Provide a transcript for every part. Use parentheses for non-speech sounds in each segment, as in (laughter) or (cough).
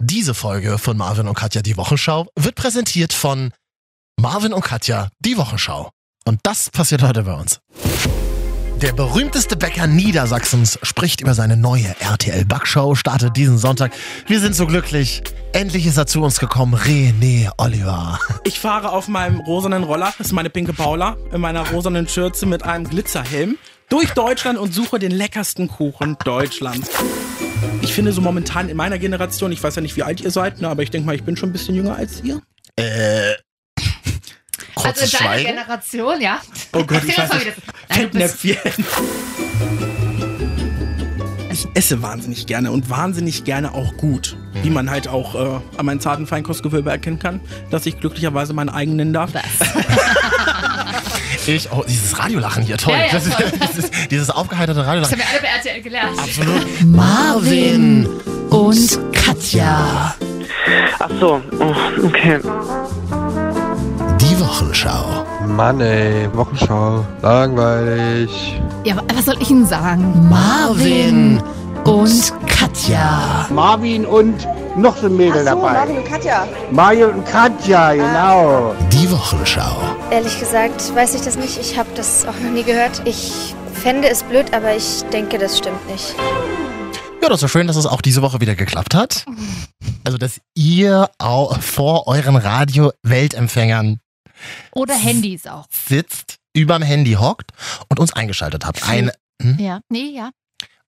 Diese Folge von Marvin und Katja die Wochenschau wird präsentiert von Marvin und Katja die Wochenschau. Und das passiert heute bei uns. Der berühmteste Bäcker Niedersachsens spricht über seine neue RTL-Backshow, startet diesen Sonntag. Wir sind so glücklich. Endlich ist er zu uns gekommen, René Oliver. Ich fahre auf meinem rosanen Roller, das ist meine pinke Paula, in meiner rosanen Schürze mit einem Glitzerhelm durch Deutschland und suche den leckersten Kuchen Deutschlands. Ich finde so momentan in meiner Generation, ich weiß ja nicht, wie alt ihr seid, ne, aber ich denke mal, ich bin schon ein bisschen jünger als ihr. Äh. Also Kurzes in deiner Schweigen. Generation, ja. Oh Gott, Erzähl das ich weiß mal nicht. wieder. Nein, du bist, Fettnäpfchen. Ich esse wahnsinnig gerne und wahnsinnig gerne auch gut. Wie man halt auch äh, an meinem zarten Feinkostgewölbe erkennen kann, dass ich glücklicherweise meinen eigenen nennen darf. Ich, oh, dieses Radiolachen hier, toll. Ja, ja, Das ist- toll. Das ist, (laughs) dieses aufgeheiterte das Radiolachen. haben wir alle bei RTL gelernt. Marvin und Katja. Ach so, oh, okay. Die Wochenschau. Mann ey, Wochenschau. Langweilig. Ja, wa- was soll ich Ihnen sagen? Marvin und Katja. Marvin und noch so ein Mädel dabei. Marvin und Katja. Mario und Katja, genau. Die Wochenschau. Ehrlich gesagt weiß ich das nicht. Ich habe das auch noch nie gehört. Ich fände es blöd, aber ich denke, das stimmt nicht. Ja, das ist ja schön, dass es auch diese Woche wieder geklappt (laughs) hat. Also, dass ihr au- vor euren Radio-Weltempfängern Oder Handys auch. sitzt, überm Handy hockt und uns eingeschaltet habt. Ein, Ja. Nee, ja.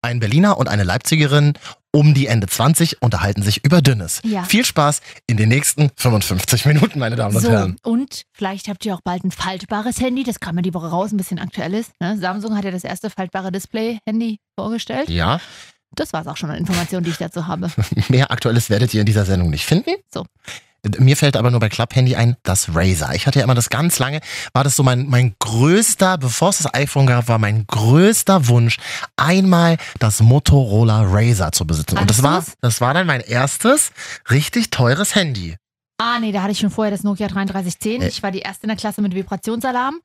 ein Berliner und eine Leipzigerin um die Ende 20 unterhalten sich über Dünnes. Ja. Viel Spaß in den nächsten 55 Minuten, meine Damen und So, Herren. und vielleicht habt ihr auch bald ein faltbares Handy. Das kam ja die Woche raus, ein bisschen aktuelles. Ne? Samsung hat ja das erste faltbare Display-Handy vorgestellt. Ja, Das war es auch schon an Informationen, die ich dazu habe. mehr Aktuelles werdet ihr in dieser Sendung nicht finden. So. Mir fällt aber nur bei Club-Handy ein, das Razer. Ich hatte ja immer das ganz lange, war das so mein, mein größter, bevor es das iPhone gab, war mein größter Wunsch, einmal das Motorola Razer zu besitzen. Und das war, Hast du's? das war dann mein erstes richtig teures Handy. Ah, nee, da hatte ich schon vorher das Nokia 3310. Nee. Ich war die erste in der Klasse mit Vibrationsalarm.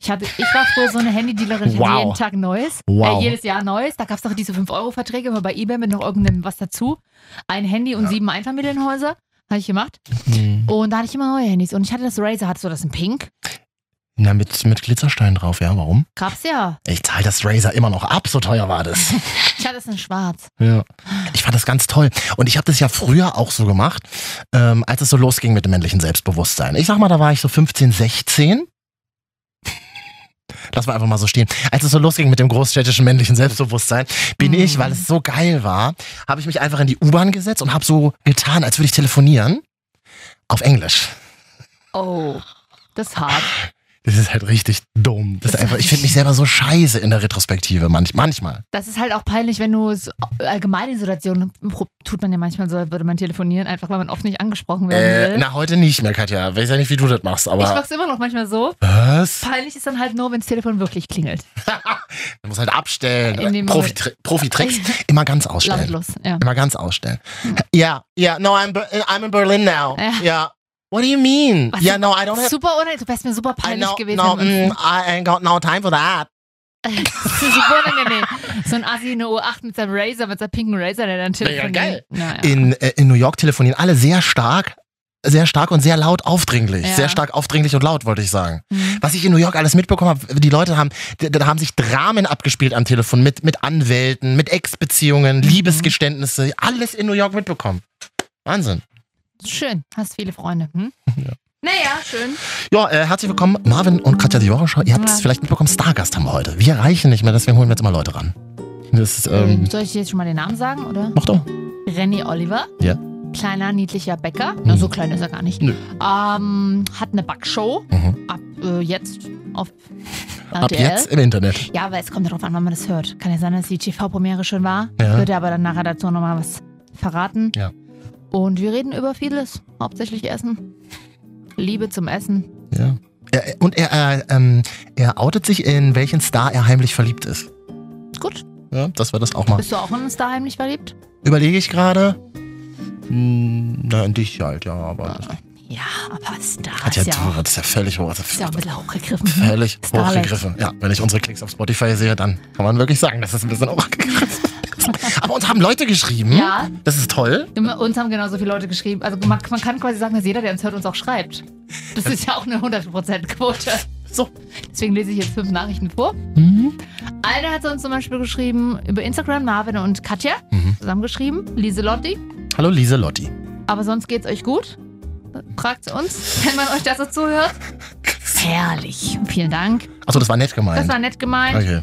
Ich, hatte, ich war früher so eine Handydealerin, ich hatte Wow. jeden Tag Neues. Wow. Äh, jedes Jahr Neues. Da gab es doch diese 5-Euro-Verträge immer bei Ebay mit noch irgendeinem was dazu. Ein Handy und sieben Einfamilienhäuser. Habe ich gemacht. Und da hatte ich immer neue Handys. Und ich hatte das Razer, hattest du das in Pink? Na, mit, mit Glitzerstein drauf, ja, warum? Gab's ja. Ich zahle das Razer immer noch ab, so teuer war das. Ich hatte es in Schwarz. Ja. Ich fand das ganz toll. Und ich habe das ja früher auch so gemacht, ähm, als es so losging mit dem männlichen Selbstbewusstsein. Ich sag mal, da war ich so 15, 16. Lass mal einfach mal so stehen. Als es so losging mit dem großstädtischen männlichen Selbstbewusstsein, bin ich, weil es so geil war, habe ich mich einfach in die U-Bahn gesetzt und habe so getan, als würde ich telefonieren. Auf Englisch. Oh, das ist hart. Das ist halt richtig dumm. Das ist einfach, ich finde mich selber so scheiße in der Retrospektive manch, manchmal. Das ist halt auch peinlich, wenn du es allgemein in Situationen pro- tut man ja manchmal so, als würde man telefonieren, einfach weil man oft nicht angesprochen Äh, werden will. na, heute nicht mehr, Katja. Weiß ja nicht, wie du das machst, ich aber. mach's immer noch manchmal so. Was? Peinlich ist dann halt nur, wenn das Telefon wirklich klingelt. Man muss halt abstellen. In dem Profi- Tri- (laughs) Profi-Tricks. immer ganz Lass ausstellen. los. Ja. Immer ganz ausstellen. Ja, ja, no, I'm, Ber- I'm in Berlin now. Ja. Ja. What do you mean? Was- Yeah, no, I don't have. Super ohne, du wärst mir super I peinlich know, gewesen. no, mm, ansonsten. I ain't got no time for that. (laughs) Das ist super unangenehm. So ein Assi in der U8 mit seinem Razer, mit seinem pinken Razer, der dann Wäre ja telefoniert. geil. Naja. In, äh, in New York telefonieren alle sehr stark, sehr stark und sehr laut aufdringlich. Ja. Sehr stark aufdringlich und laut, wollte ich sagen. Mhm. Was ich in New York alles mitbekommen habe, die Leute haben, d- da haben sich Dramen abgespielt am Telefon mit, mit Anwälten, mit Ex-Beziehungen, Mhm. Liebesgeständnisse, alles in New York mitbekommen. Wahnsinn. Schön, hast viele Freunde. Hm? Naja, schön. Ja, äh, herzlich willkommen, Marvin und Katja die Wochenschau. Ihr habt es Ja. vielleicht mitbekommen, Stargast haben wir heute. Wir reichen nicht mehr, deswegen holen wir jetzt immer Leute ran. Das ist, ähm, Soll ich dir jetzt schon mal den Namen sagen, oder? mach doch. Renny Oliver. Ja. Mhm. Kleiner, niedlicher Bäcker. Na, so klein ist er gar nicht. Nö. Ähm, hat eine Backshow. Mhm. Ab äh, jetzt auf RTL. Ab jetzt im Internet. Ja, aber es kommt darauf an, wann man das hört. Kann ja sein, dass die TV-Premiere schon war. Ja. Wird aber dann nachher dazu nochmal was verraten. Ja. Und wir reden über vieles. Hauptsächlich Essen. Liebe zum Essen. Ja. Er, und er, äh, ähm, er outet sich, in welchen Star er heimlich verliebt ist. Gut. Ja, dass wir das auch (laughs) mal. Bist du auch in uns da heimlich verliebt? Überlege ich gerade. Hm, na, in dich halt, ja, Ah, aber. Das Ja, aber Star Katja, ist ja du, auch, das ist ja völlig hoch. Das ist ist ja auch ein bisschen hochgegriffen. völlig (laughs) Starlet. hochgegriffen. Ja, wenn ich unsere Klicks auf Spotify sehe, dann kann man wirklich sagen, das ist ein bisschen hochgegriffen. ist. Aber uns haben Leute geschrieben. Ja. Das ist toll. Uns haben genauso viele Leute geschrieben. Also man, man kann quasi sagen, dass jeder, der uns hört, uns auch schreibt. Das ist ja auch eine 100%-Quote. So, deswegen lese ich jetzt fünf Nachrichten vor. Einer hat uns zum Beispiel geschrieben über Instagram, Marvin und Katja, zusammengeschrieben, Lieselotti. Hallo Lieselotti. Aber sonst geht's euch gut? Fragt uns, wenn man euch das so zuhört. Herrlich. Vielen Dank. Achso, das war nett Das gemeint. war nett gemeint. okay.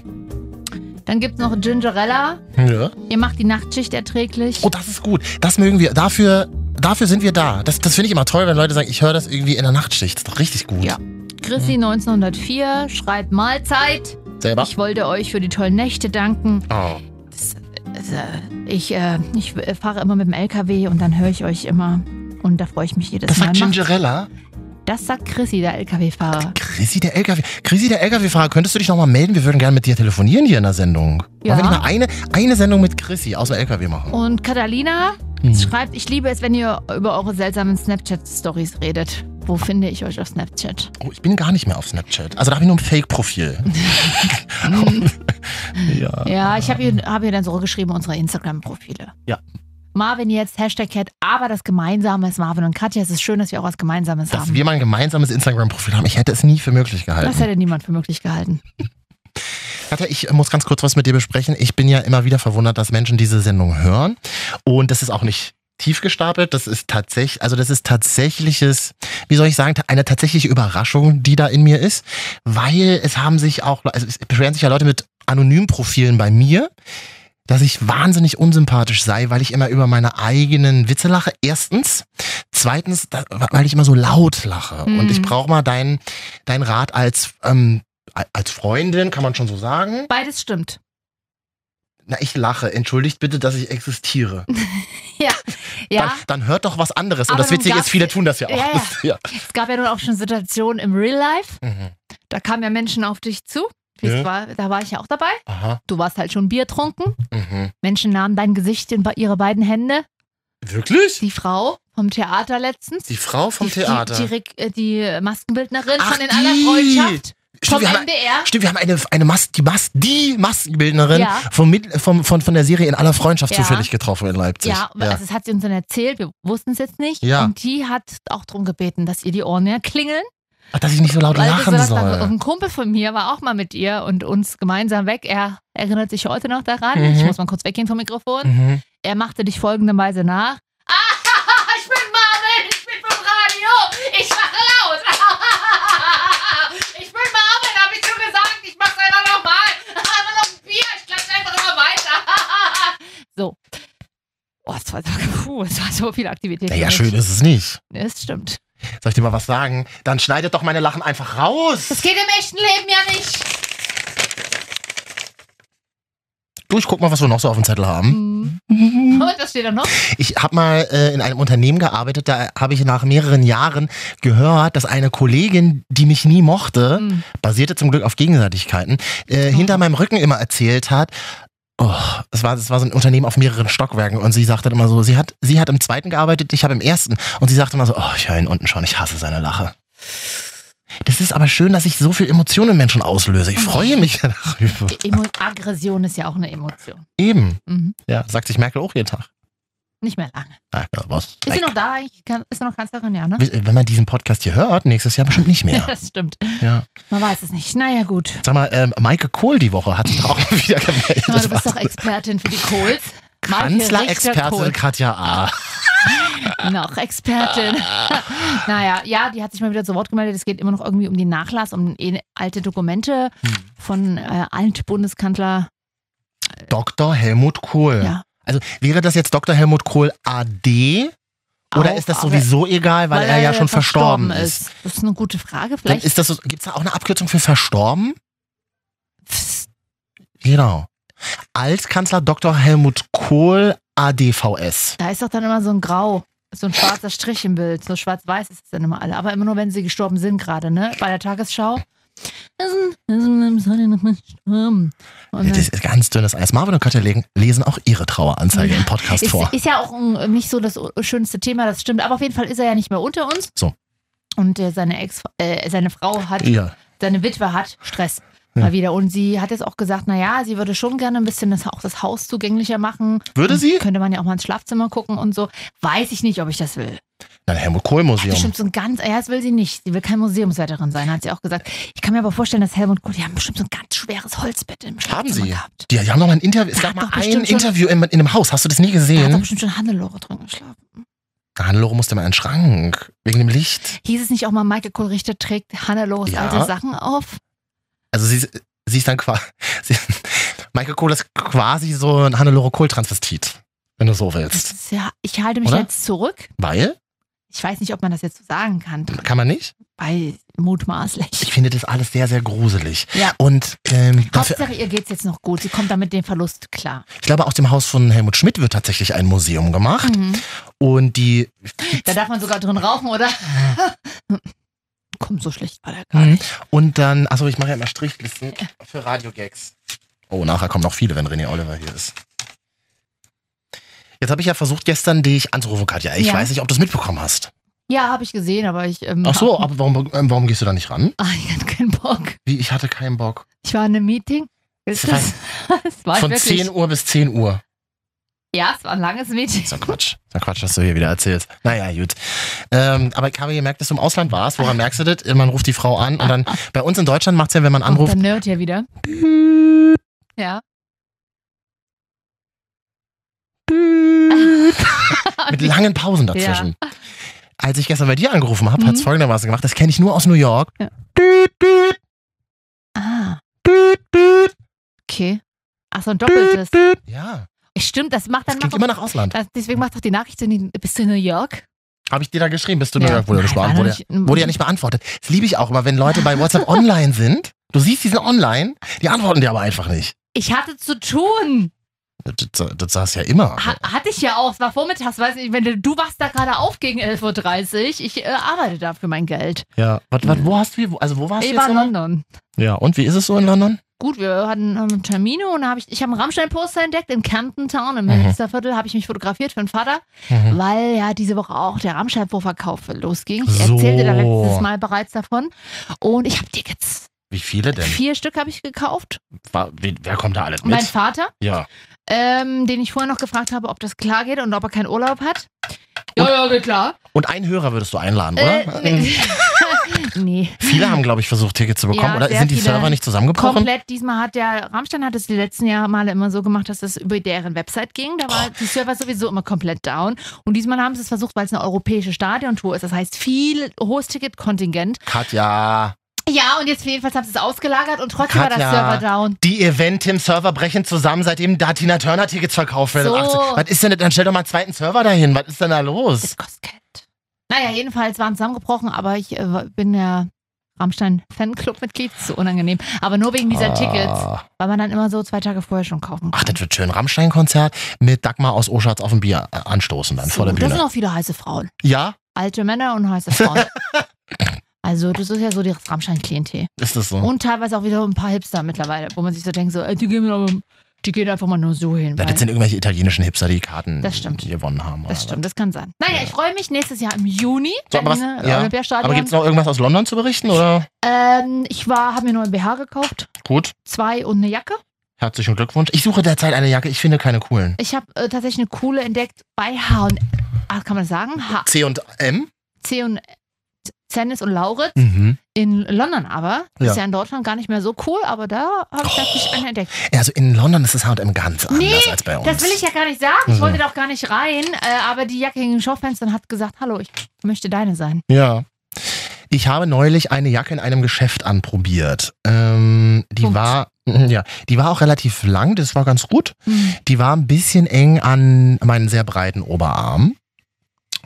Dann gibt's noch Gingerella. Ja. Ihr macht die Nachtschicht erträglich. Oh, das ist gut. Das mögen wir. Dafür, dafür sind wir da. Das, das finde ich immer toll, wenn Leute sagen, ich höre das irgendwie in der Nachtschicht. Das ist doch richtig gut. Ja. Chrissy 1904 schreibt Mahlzeit. Selber. Ich wollte euch für die tollen Nächte danken. oh. Also, Ich, äh, ich äh, fahre immer mit dem LKW und dann höre ich euch immer. Und da freue ich mich jedes Das Mal. sagt Macht- Gingerella. das sagt Chrissy, der LKW-Fahrer. Chrissy, der LKW. Chrissy, der LKW-Fahrer, könntest du dich nochmal melden? Wir würden gerne mit dir telefonieren hier in der Sendung. Ja. Wollen wir nicht mal eine, eine Sendung mit Chrissy aus dem LKW machen? Und Catalina Hm. schreibt, ich liebe es, wenn ihr über eure seltsamen Snapchat-Stories redet. Wo finde ich euch auf Snapchat? Oh, ich bin gar nicht mehr auf Snapchat. Also da habe ich nur ein (laughs) Fake-Profil. (laughs) ja. Ja, ich habe ihr, hab ihr dann zurückgeschrieben, unsere Instagram-Profile. Ja. Marvin jetzt, Hashtag Cat, aber das Gemeinsame ist Marvin und Katja. Es ist schön, dass wir auch was Gemeinsames Dass haben. wir mal ein gemeinsames Instagram-Profil haben. Ich hätte es nie für möglich gehalten. das hätte niemand für möglich gehalten. Katja, ich muss ganz kurz was mit dir besprechen. Ich bin ja immer wieder verwundert, dass Menschen diese Sendung hören. Und das ist auch nicht tief gestapelt. Das ist tatsächlich, also das ist tatsächliches, wie soll ich sagen, ta- eine tatsächliche Überraschung, die da in mir ist. Weil es haben sich auch, also es beschweren sich ja Leute mit anonymen Profilen bei mir, dass ich wahnsinnig unsympathisch sei, weil ich immer über meine eigenen Witze lache. Erstens. Zweitens, da- weil ich immer so laut lache. Mhm. Und ich brauche mal deinen dein Rat als, ähm, als Freundin, kann man schon so sagen. Beides stimmt. Na, ich lache. Entschuldigt bitte, dass ich existiere. Ja. Dann, dann hört doch was anderes. Aber Und das dann Witzige gab's- ist, viele tun das ja auch. (laughs) Ja, ja. Das, ja. Es gab ja nun auch schon Situationen im Real Life. Mhm. Da kamen ja Menschen auf dich zu. Wie Ja. es war, da war ich ja auch dabei. Aha. Du warst halt schon Bier trunken. Mhm. Menschen nahmen dein Gesicht in be- ihre beiden Hände. Wirklich? Die Frau vom Theater letztens. Die Frau vom Die- Theater. Die, die, Rick- äh, die Maskenbildnerin Ach, von In aller die. Freundschaft. Vom Stimmt, wir haben, NDR. stimmt, wir haben eine, eine Mas die, Mas die Maskenbildnerin Ja. vom, Mit- vom, von, von der Serie In aller Freundschaft Ja. zufällig getroffen in Leipzig. Ja, also das hat sie uns dann erzählt. Wir wussten es jetzt nicht. Ja. Und die hat auch darum gebeten, dass ihr die Ohren ja klingeln. Ach, dass ich nicht so laut Weil Oh, lachen das soll. Ein Kumpel von mir war auch mal mit ihr und uns gemeinsam weg. Er erinnert sich heute noch daran. Mhm. Ich muss mal kurz weggehen vom Mikrofon. Mhm. Er machte dich folgenderweise nach. Ah, (laughs) ich bin Marvin, ich bin vom Radio, ich mache laut. (laughs) ich bin Marvin, habe ich schon gesagt, ich mache es einfach nochmal. (laughs) Einfach noch ein Bier, ich klatsche einfach immer weiter. (laughs) Oh, es war, puh, es war so viel Aktivität. Naja, schön ist es nicht. Es stimmt. Soll ich dir mal was sagen? Dann schneidet doch meine Lachen einfach raus. das geht im echten Leben ja nicht. Du, ich guck mal, was wir noch so auf dem Zettel haben. Mhm. Und was steht da noch? Ich habe mal äh, in einem Unternehmen gearbeitet, da habe ich nach mehreren Jahren gehört, dass eine Kollegin, die mich nie mochte, Mhm. basierte zum Glück auf Gegenseitigkeiten, äh, Oh. hinter meinem Rücken immer erzählt hat, oh, es war, es war so ein Unternehmen auf mehreren Stockwerken und sie sagte dann immer so, sie hat, sie hat im zweiten gearbeitet, ich habe im ersten und sie sagte immer so, oh, ich höre ihn unten schon, ich hasse seine Lache. Das ist aber schön, dass ich so viel Emotionen in Menschen auslöse. Oh. Ich freue mich (laughs) darüber. Die Emo Aggression ist ja auch eine Emotion. Eben. Mhm. Ja, sagt sich Merkel auch jeden Tag. Nicht mehr lange. Ah, ja, was? Ist sie noch da eigentlich? Kan- Ist sie noch Kanzlerin? Ja, ne? Wenn man diesen Podcast hier hört, nächstes Jahr bestimmt nicht (laughs) mehr. Das stimmt. Ja. Man weiß es nicht. Naja, gut. Sag mal, ähm, Maike Kohl die Woche hat sich doch auch (laughs) mal wieder gemeldet. Aber du bist doch Expertin für die Kohls. Maike Kanzlerexpertin Richter-Kohl. Katja A. Noch Expertin. naja, ja, die hat sich mal wieder zu Wort gemeldet. Es geht immer noch irgendwie um den Nachlass, um eh- alte Dokumente von äh, Altbundeskanzler. Dr. Helmut Kohl. Ja. Also wäre das jetzt Dr. Helmut Kohl AD oder Auch, ist das aber- sowieso egal, weil, er ja schon verstorben ist? Das ist eine gute Frage. Dann Vielleicht ist das so, gibt's da auch eine Abkürzung für verstorben? Genau. Altkanzler Dr. Helmut Kohl ADVS. Da ist doch dann immer so ein Grau, so ein schwarzer Strich im Bild. So schwarz-weiß ist es dann immer alle. Aber immer nur, wenn sie gestorben sind gerade, ne? Bei der Tagesschau. Und dann- Das ist ganz dünnes Eis. Marvin und Katja legen- lesen auch ihre Traueranzeige im Podcast ist, vor. ist ja auch ähm, nicht so das schönste Thema, das stimmt. Aber auf jeden Fall ist er ja nicht mehr unter uns. So. Mhm. Und äh, seine Ex, äh, seine Frau hat, ja. seine Witwe hat Stress. Mal wieder. Und sie hat jetzt auch gesagt, naja, sie würde schon gerne ein bisschen das, auch das Haus zugänglicher machen. Würde sie? Könnte man ja auch mal ins Schlafzimmer gucken und so. Weiß ich nicht, ob ich das will. Nein, Helmut Kohl Hat Museum. bestimmt so ein ganz, ja, das will sie nicht. Sie will keine Museumswärterin sein, hat sie auch gesagt. Ich kann mir aber vorstellen, dass Helmut Kohl, die haben bestimmt so ein ganz schweres Holzbett im Haben Schlafzimmer sie? gehabt. Die, die haben noch mal ein Interview. Es Da gab hat mal doch ein bestimmt schon- Interview in, in einem Haus. Hast du das nie Da hat doch gesehen? bestimmt schon Hannelore drin geschlafen. Hannelore musste mal in den Schrank. Wegen dem Licht. Hieß es nicht auch mal, Michael Kohl Richter trägt Hannelores Ja. alte Sachen auf? Also sie, ist- (laughs) sie ist dann quasi. Michael Kohl ist quasi so ein Hannelore Kohl-Transvestit. Wenn du so Das willst. ist ja, ich halte mich Oder? jetzt zurück. Weil? Ich weiß nicht, ob man das jetzt so sagen kann, Kann man nicht? weil mutmaßlich. Ich finde das alles sehr, sehr gruselig. Ja. Und ähm, dafür, Hauptsache, ihr geht's jetzt noch gut. Sie kommt damit den Verlust klar. ich glaube, aus dem Haus von Helmut Schmidt wird tatsächlich ein Museum Hm. gemacht. Und die Mhm. Da darf man sogar drin rauchen, oder? (laughs) Komm, so schlecht war der gar Mhm. nicht. Und dann, achso, ich mache ja mal Strichlisten für Radiogags. Oh, nachher kommen noch viele, wenn René Oliver hier ist. Jetzt habe ich ja versucht, gestern dich anzurufen, Katja. Ich Ja. weiß nicht, ob du es mitbekommen hast. Ja, habe ich gesehen, aber ich. Ähm, Ach so, aber warum, ähm, warum gehst du da nicht ran? (laughs) Ah, ich hatte keinen Bock. Wie, ich hatte keinen Bock. Ich war in einem Meeting. Ist das? (laughs) Es war ich Von wirklich. 10 Uhr bis 10 Uhr. Ja, es war ein langes Meeting. Ist ja Quatsch. Ist ja Quatsch, was du hier wieder erzählst. Naja, gut. Ähm, aber ich habe gemerkt, dass du im Ausland warst. Woran merkst du das? Man ruft die Frau an (laughs) und dann, bei uns in Deutschland macht es ja, wenn man Anruf. anruft, Dann nerd ja wieder. Ja. mit langen Pausen dazwischen. Als ich gestern bei dir angerufen habe, hat's Mhm. hat es folgendermaßen gemacht. Das kenne ich nur aus New York. Ja. Düt, düt, Ah, düt, düt, okay. Ach so, ein doppeltes. düt. Ja, Stimmt, das macht das dann. klingt macht immer nach Ausland. das, deswegen macht doch die Nachricht, in die- bist du in New York? Habe ich dir da geschrieben, bist du in New Ja. York, wurde Nein, gesprochen, war wurde, doch nicht- wurde ja nicht beantwortet. Das liebe ich auch immer, wenn Leute bei (laughs) WhatsApp online sind. Du siehst, die sind online, die antworten dir aber einfach nicht. Ich hatte zu tun. Das, das saß ja immer. Ha hatte ich ja auch. Es war vormittags, weiß nicht, wenn du, du wachst da gerade auf gegen 11.30 Uhr. Ich äh, arbeite da für mein Geld. Ja. Was, was, wo hast du, also wo warst Ich du war jetzt in nochmal? London. Ja, und wie ist es so in London? Gut, wir hatten ähm, Termine und da hab ich, ich habe einen Rammstein-Poster entdeckt in Camden Town im Mhm. Münsterviertel. Habe ich mich fotografiert für den Vater, Mhm. weil ja diese Woche auch der Rammstein-Vorverkauf losging. Ich So. erzählte da letztes Mal bereits davon. Und ich habe Tickets. Wie viele denn? Vier Stück habe ich gekauft. Wa- wen- Wer kommt da alles Mein mit? Vater, Ja. ähm, den ich vorher noch gefragt habe, ob das klar geht und ob er keinen Urlaub hat. Ja, ja, geht klar. Und einen Hörer würdest du einladen, oder? Äh, (laughs) (laughs) nee. nee. Viele haben, glaube ich, versucht, Tickets zu bekommen, Ja, oder? sehr Sind die viele. Server nicht zusammengebrochen? Komplett. Diesmal hat der Rammstein hat es die letzten Jahre Male immer so gemacht, dass es über deren Website ging. Da war die Server sowieso immer komplett down. Und diesmal haben sie es versucht, weil es eine europäische Stadiontour ist. Das heißt, viel hohes Ticketkontingent. Katja, Ja, und jetzt jedenfalls haben sie es ausgelagert und trotzdem war Katja. das Server down. die Event-Team-Server brechen zusammen, seitdem da Tina Turner Tickets verkauft werden. So. Was ist denn das? Dann stell doch mal einen zweiten Server dahin. Was ist denn da los? Es kostet Geld. Naja, jedenfalls waren zusammengebrochen, aber ich äh, bin ja Rammstein-Fanclub-Mitglied. Ist so unangenehm. Aber nur wegen dieser Tickets, Ah. weil man dann immer so zwei Tage vorher schon kaufen kann. Ach, das wird schön. Rammstein-Konzert mit Dagmar aus Oschatz auf dem Bier äh, anstoßen dann vor der Das sind Bühne. auch viele heiße Frauen. Ja, Alte Männer und (laughs) heiße Frauen. also, das ist ja so die Rammstein-Klientel. ist das so? Und teilweise auch wieder ein paar Hipster mittlerweile, wo man sich so denkt, so, äh, die, gehen, aber- die gehen einfach mal nur so hin. Na, weil- das sind irgendwelche italienischen Hipster, die Karten Das stimmt. gewonnen haben. oder das stimmt, was. das kann sein. Naja, Ja. ich freue mich nächstes Jahr im Juni. So, aber was- Berliner ja. Aber Olympiastadion. gibt es noch irgendwas aus London zu berichten? Oder? ähm, ich war, habe mir nur ein BH gekauft, Gut, zwei und eine Jacke. herzlichen Glückwunsch. Ich suche derzeit eine Jacke, ich finde keine coolen. Ich habe äh, tatsächlich eine coole entdeckt bei H&M. Ah, Kann man das sagen? H C und M? C und Zennis und Lauritz. Mhm. In London aber. Ja. Ist ja in Deutschland gar nicht mehr so cool, aber da habe ich tatsächlich einen entdeckt. Also in London ist das H&M ganz anders Nee, als bei uns. Das will ich ja gar nicht sagen. Ich Also. wollte da auch gar nicht rein. Äh, aber die Jacke hing im Schaufenster und hat gesagt, hallo, ich möchte deine sein. Ja. Ich habe neulich eine Jacke in einem Geschäft anprobiert. Ähm, die Punkt. war (laughs) ja, die war auch relativ lang, das war ganz gut. Hm. Die war ein bisschen eng an meinen sehr breiten Oberarm.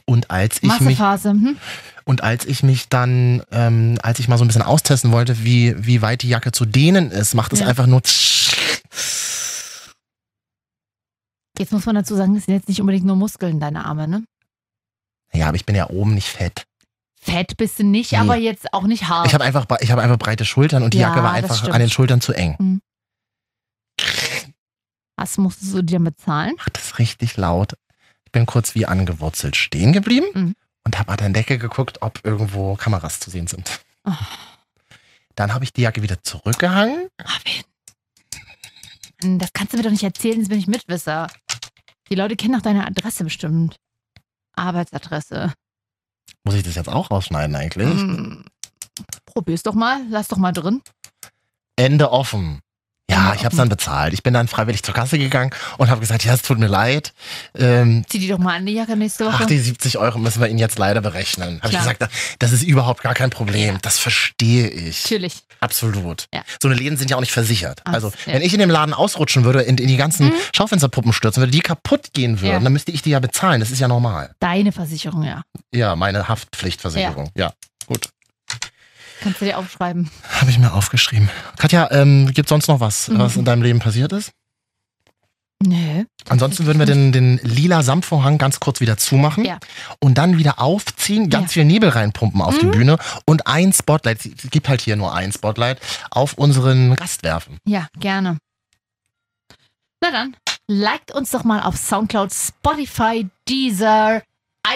Und als ich mich Massephase. Hm? und als ich mich dann, ähm, als ich mal so ein bisschen austesten wollte, wie wie weit die Jacke zu dehnen ist, macht es Ja. einfach nur Jetzt muss man dazu sagen, das sind jetzt nicht unbedingt nur Muskeln, deine Arme, ne? ja, aber ich bin ja oben nicht fett. Fett bist du nicht, Nee. aber jetzt auch nicht hart. Ich habe einfach, ich habe einfach breite Schultern und die Ja, Jacke war das einfach stimmt. an den Schultern zu eng. Was musstest du dir bezahlen? macht es richtig laut. Ich bin kurz wie angewurzelt stehen geblieben Mhm. und habe an der Decke geguckt, ob irgendwo Kameras zu sehen sind. Oh. Dann habe ich die Jacke wieder zurückgehangen. Marvin. Mann, Das kannst du mir doch nicht erzählen, das bin ich Mitwisser. Die Leute kennen doch deine Adresse bestimmt. Arbeitsadresse. Muss ich das jetzt auch rausschneiden eigentlich? Hm. Probier's doch mal, lass doch mal drin. Ende offen. Ja, Ende ich habe offen. dann bezahlt. Ich bin dann freiwillig zur Kasse gegangen und habe gesagt, ja, es tut mir leid. Ähm, Zieh die doch mal an, die Jacke nächste Woche. ach, die 70 Euro müssen wir Ihnen jetzt leider berechnen. Habe ich Klar. gesagt, das ist überhaupt gar kein Problem. Das verstehe ich. Natürlich. Absolut. Ja. So eine Läden sind ja auch nicht versichert. Ach, also, ja. Mhm. wenn ich in dem Laden ausrutschen würde, in, in die ganzen Schaufensterpuppen stürzen würde, die kaputt gehen würden, Ja. dann müsste ich die ja bezahlen. Das ist ja normal. Deine Versicherung, ja. Ja, meine Haftpflichtversicherung. Ja. Gut. Kannst du dir aufschreiben. Habe ich mir aufgeschrieben. Katja, ähm, gibt sonst noch was, Mhm. was in deinem Leben passiert ist? Nö. Ansonsten würden wir den, den lila Samtvorhang ganz kurz wieder zumachen Ja. und dann wieder aufziehen, ganz viel Nebel reinpumpen auf die Mhm. Bühne und ein Spotlight, es gibt halt hier nur ein Spotlight, auf unseren Gast werfen. Ja, gerne. Na dann, liked uns doch mal auf Soundcloud, Spotify, Deezer,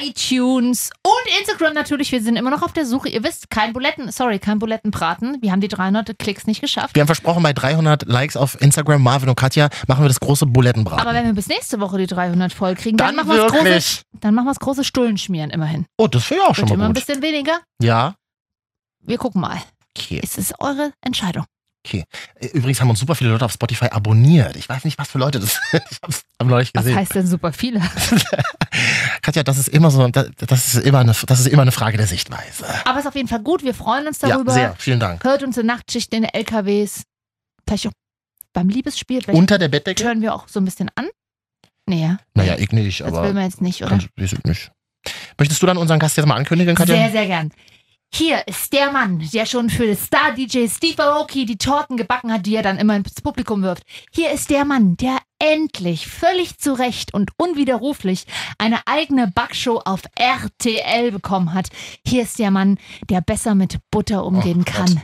iTunes und Instagram natürlich. Wir sind immer noch auf der Suche. Ihr wisst, kein Buletten, sorry, kein Bulettenbraten. Wir haben die 300 Klicks nicht geschafft. Wir haben versprochen, bei 300 Likes auf Instagram, Marvin und Katja, machen wir das große Bulettenbraten. Aber wenn wir bis nächste Woche die 300 voll kriegen, dann, machen wir das große, Genau. wirklich. dann machen wir das große Stullen schmieren immerhin. Oh, das finde ich auch schon Wird immer mal ein gut. bisschen weniger. Ja. Wir gucken mal. Okay. Es ist eure Entscheidung. Übrigens haben uns super viele Leute auf Spotify abonniert. Ich weiß nicht, was für Leute das (laughs) sind. Ich hab's am neulich Was (laughs) gesehen. heißt denn super viele? Katja, das ist immer so, das, das ist immer eine, das ist immer eine Frage der Sichtweise. Aber es ist auf jeden Fall gut. Wir freuen uns Ja, darüber. sehr. Vielen Dank. Hört unsere Nachtschichten in den LKWs. Vielleicht auch beim Liebesspiel. Vielleicht Unter der Bettdecke? hören wir auch so ein bisschen an. Naja, Naja, ich nicht, das will aber man jetzt nicht, oder? ganz, weiß ich nicht. Möchtest du dann unseren Gast jetzt mal ankündigen, Katja? Sehr, sehr gern. Hier ist der Mann, der schon für den Star-DJ Steve Aoki die Torten gebacken hat, die er dann immer ins Publikum wirft. Hier ist der Mann, der endlich, völlig zu Recht und unwiderruflich eine eigene Backshow auf RTL bekommen hat. Hier ist der Mann, der besser mit Butter umgehen Oh Gott. kann,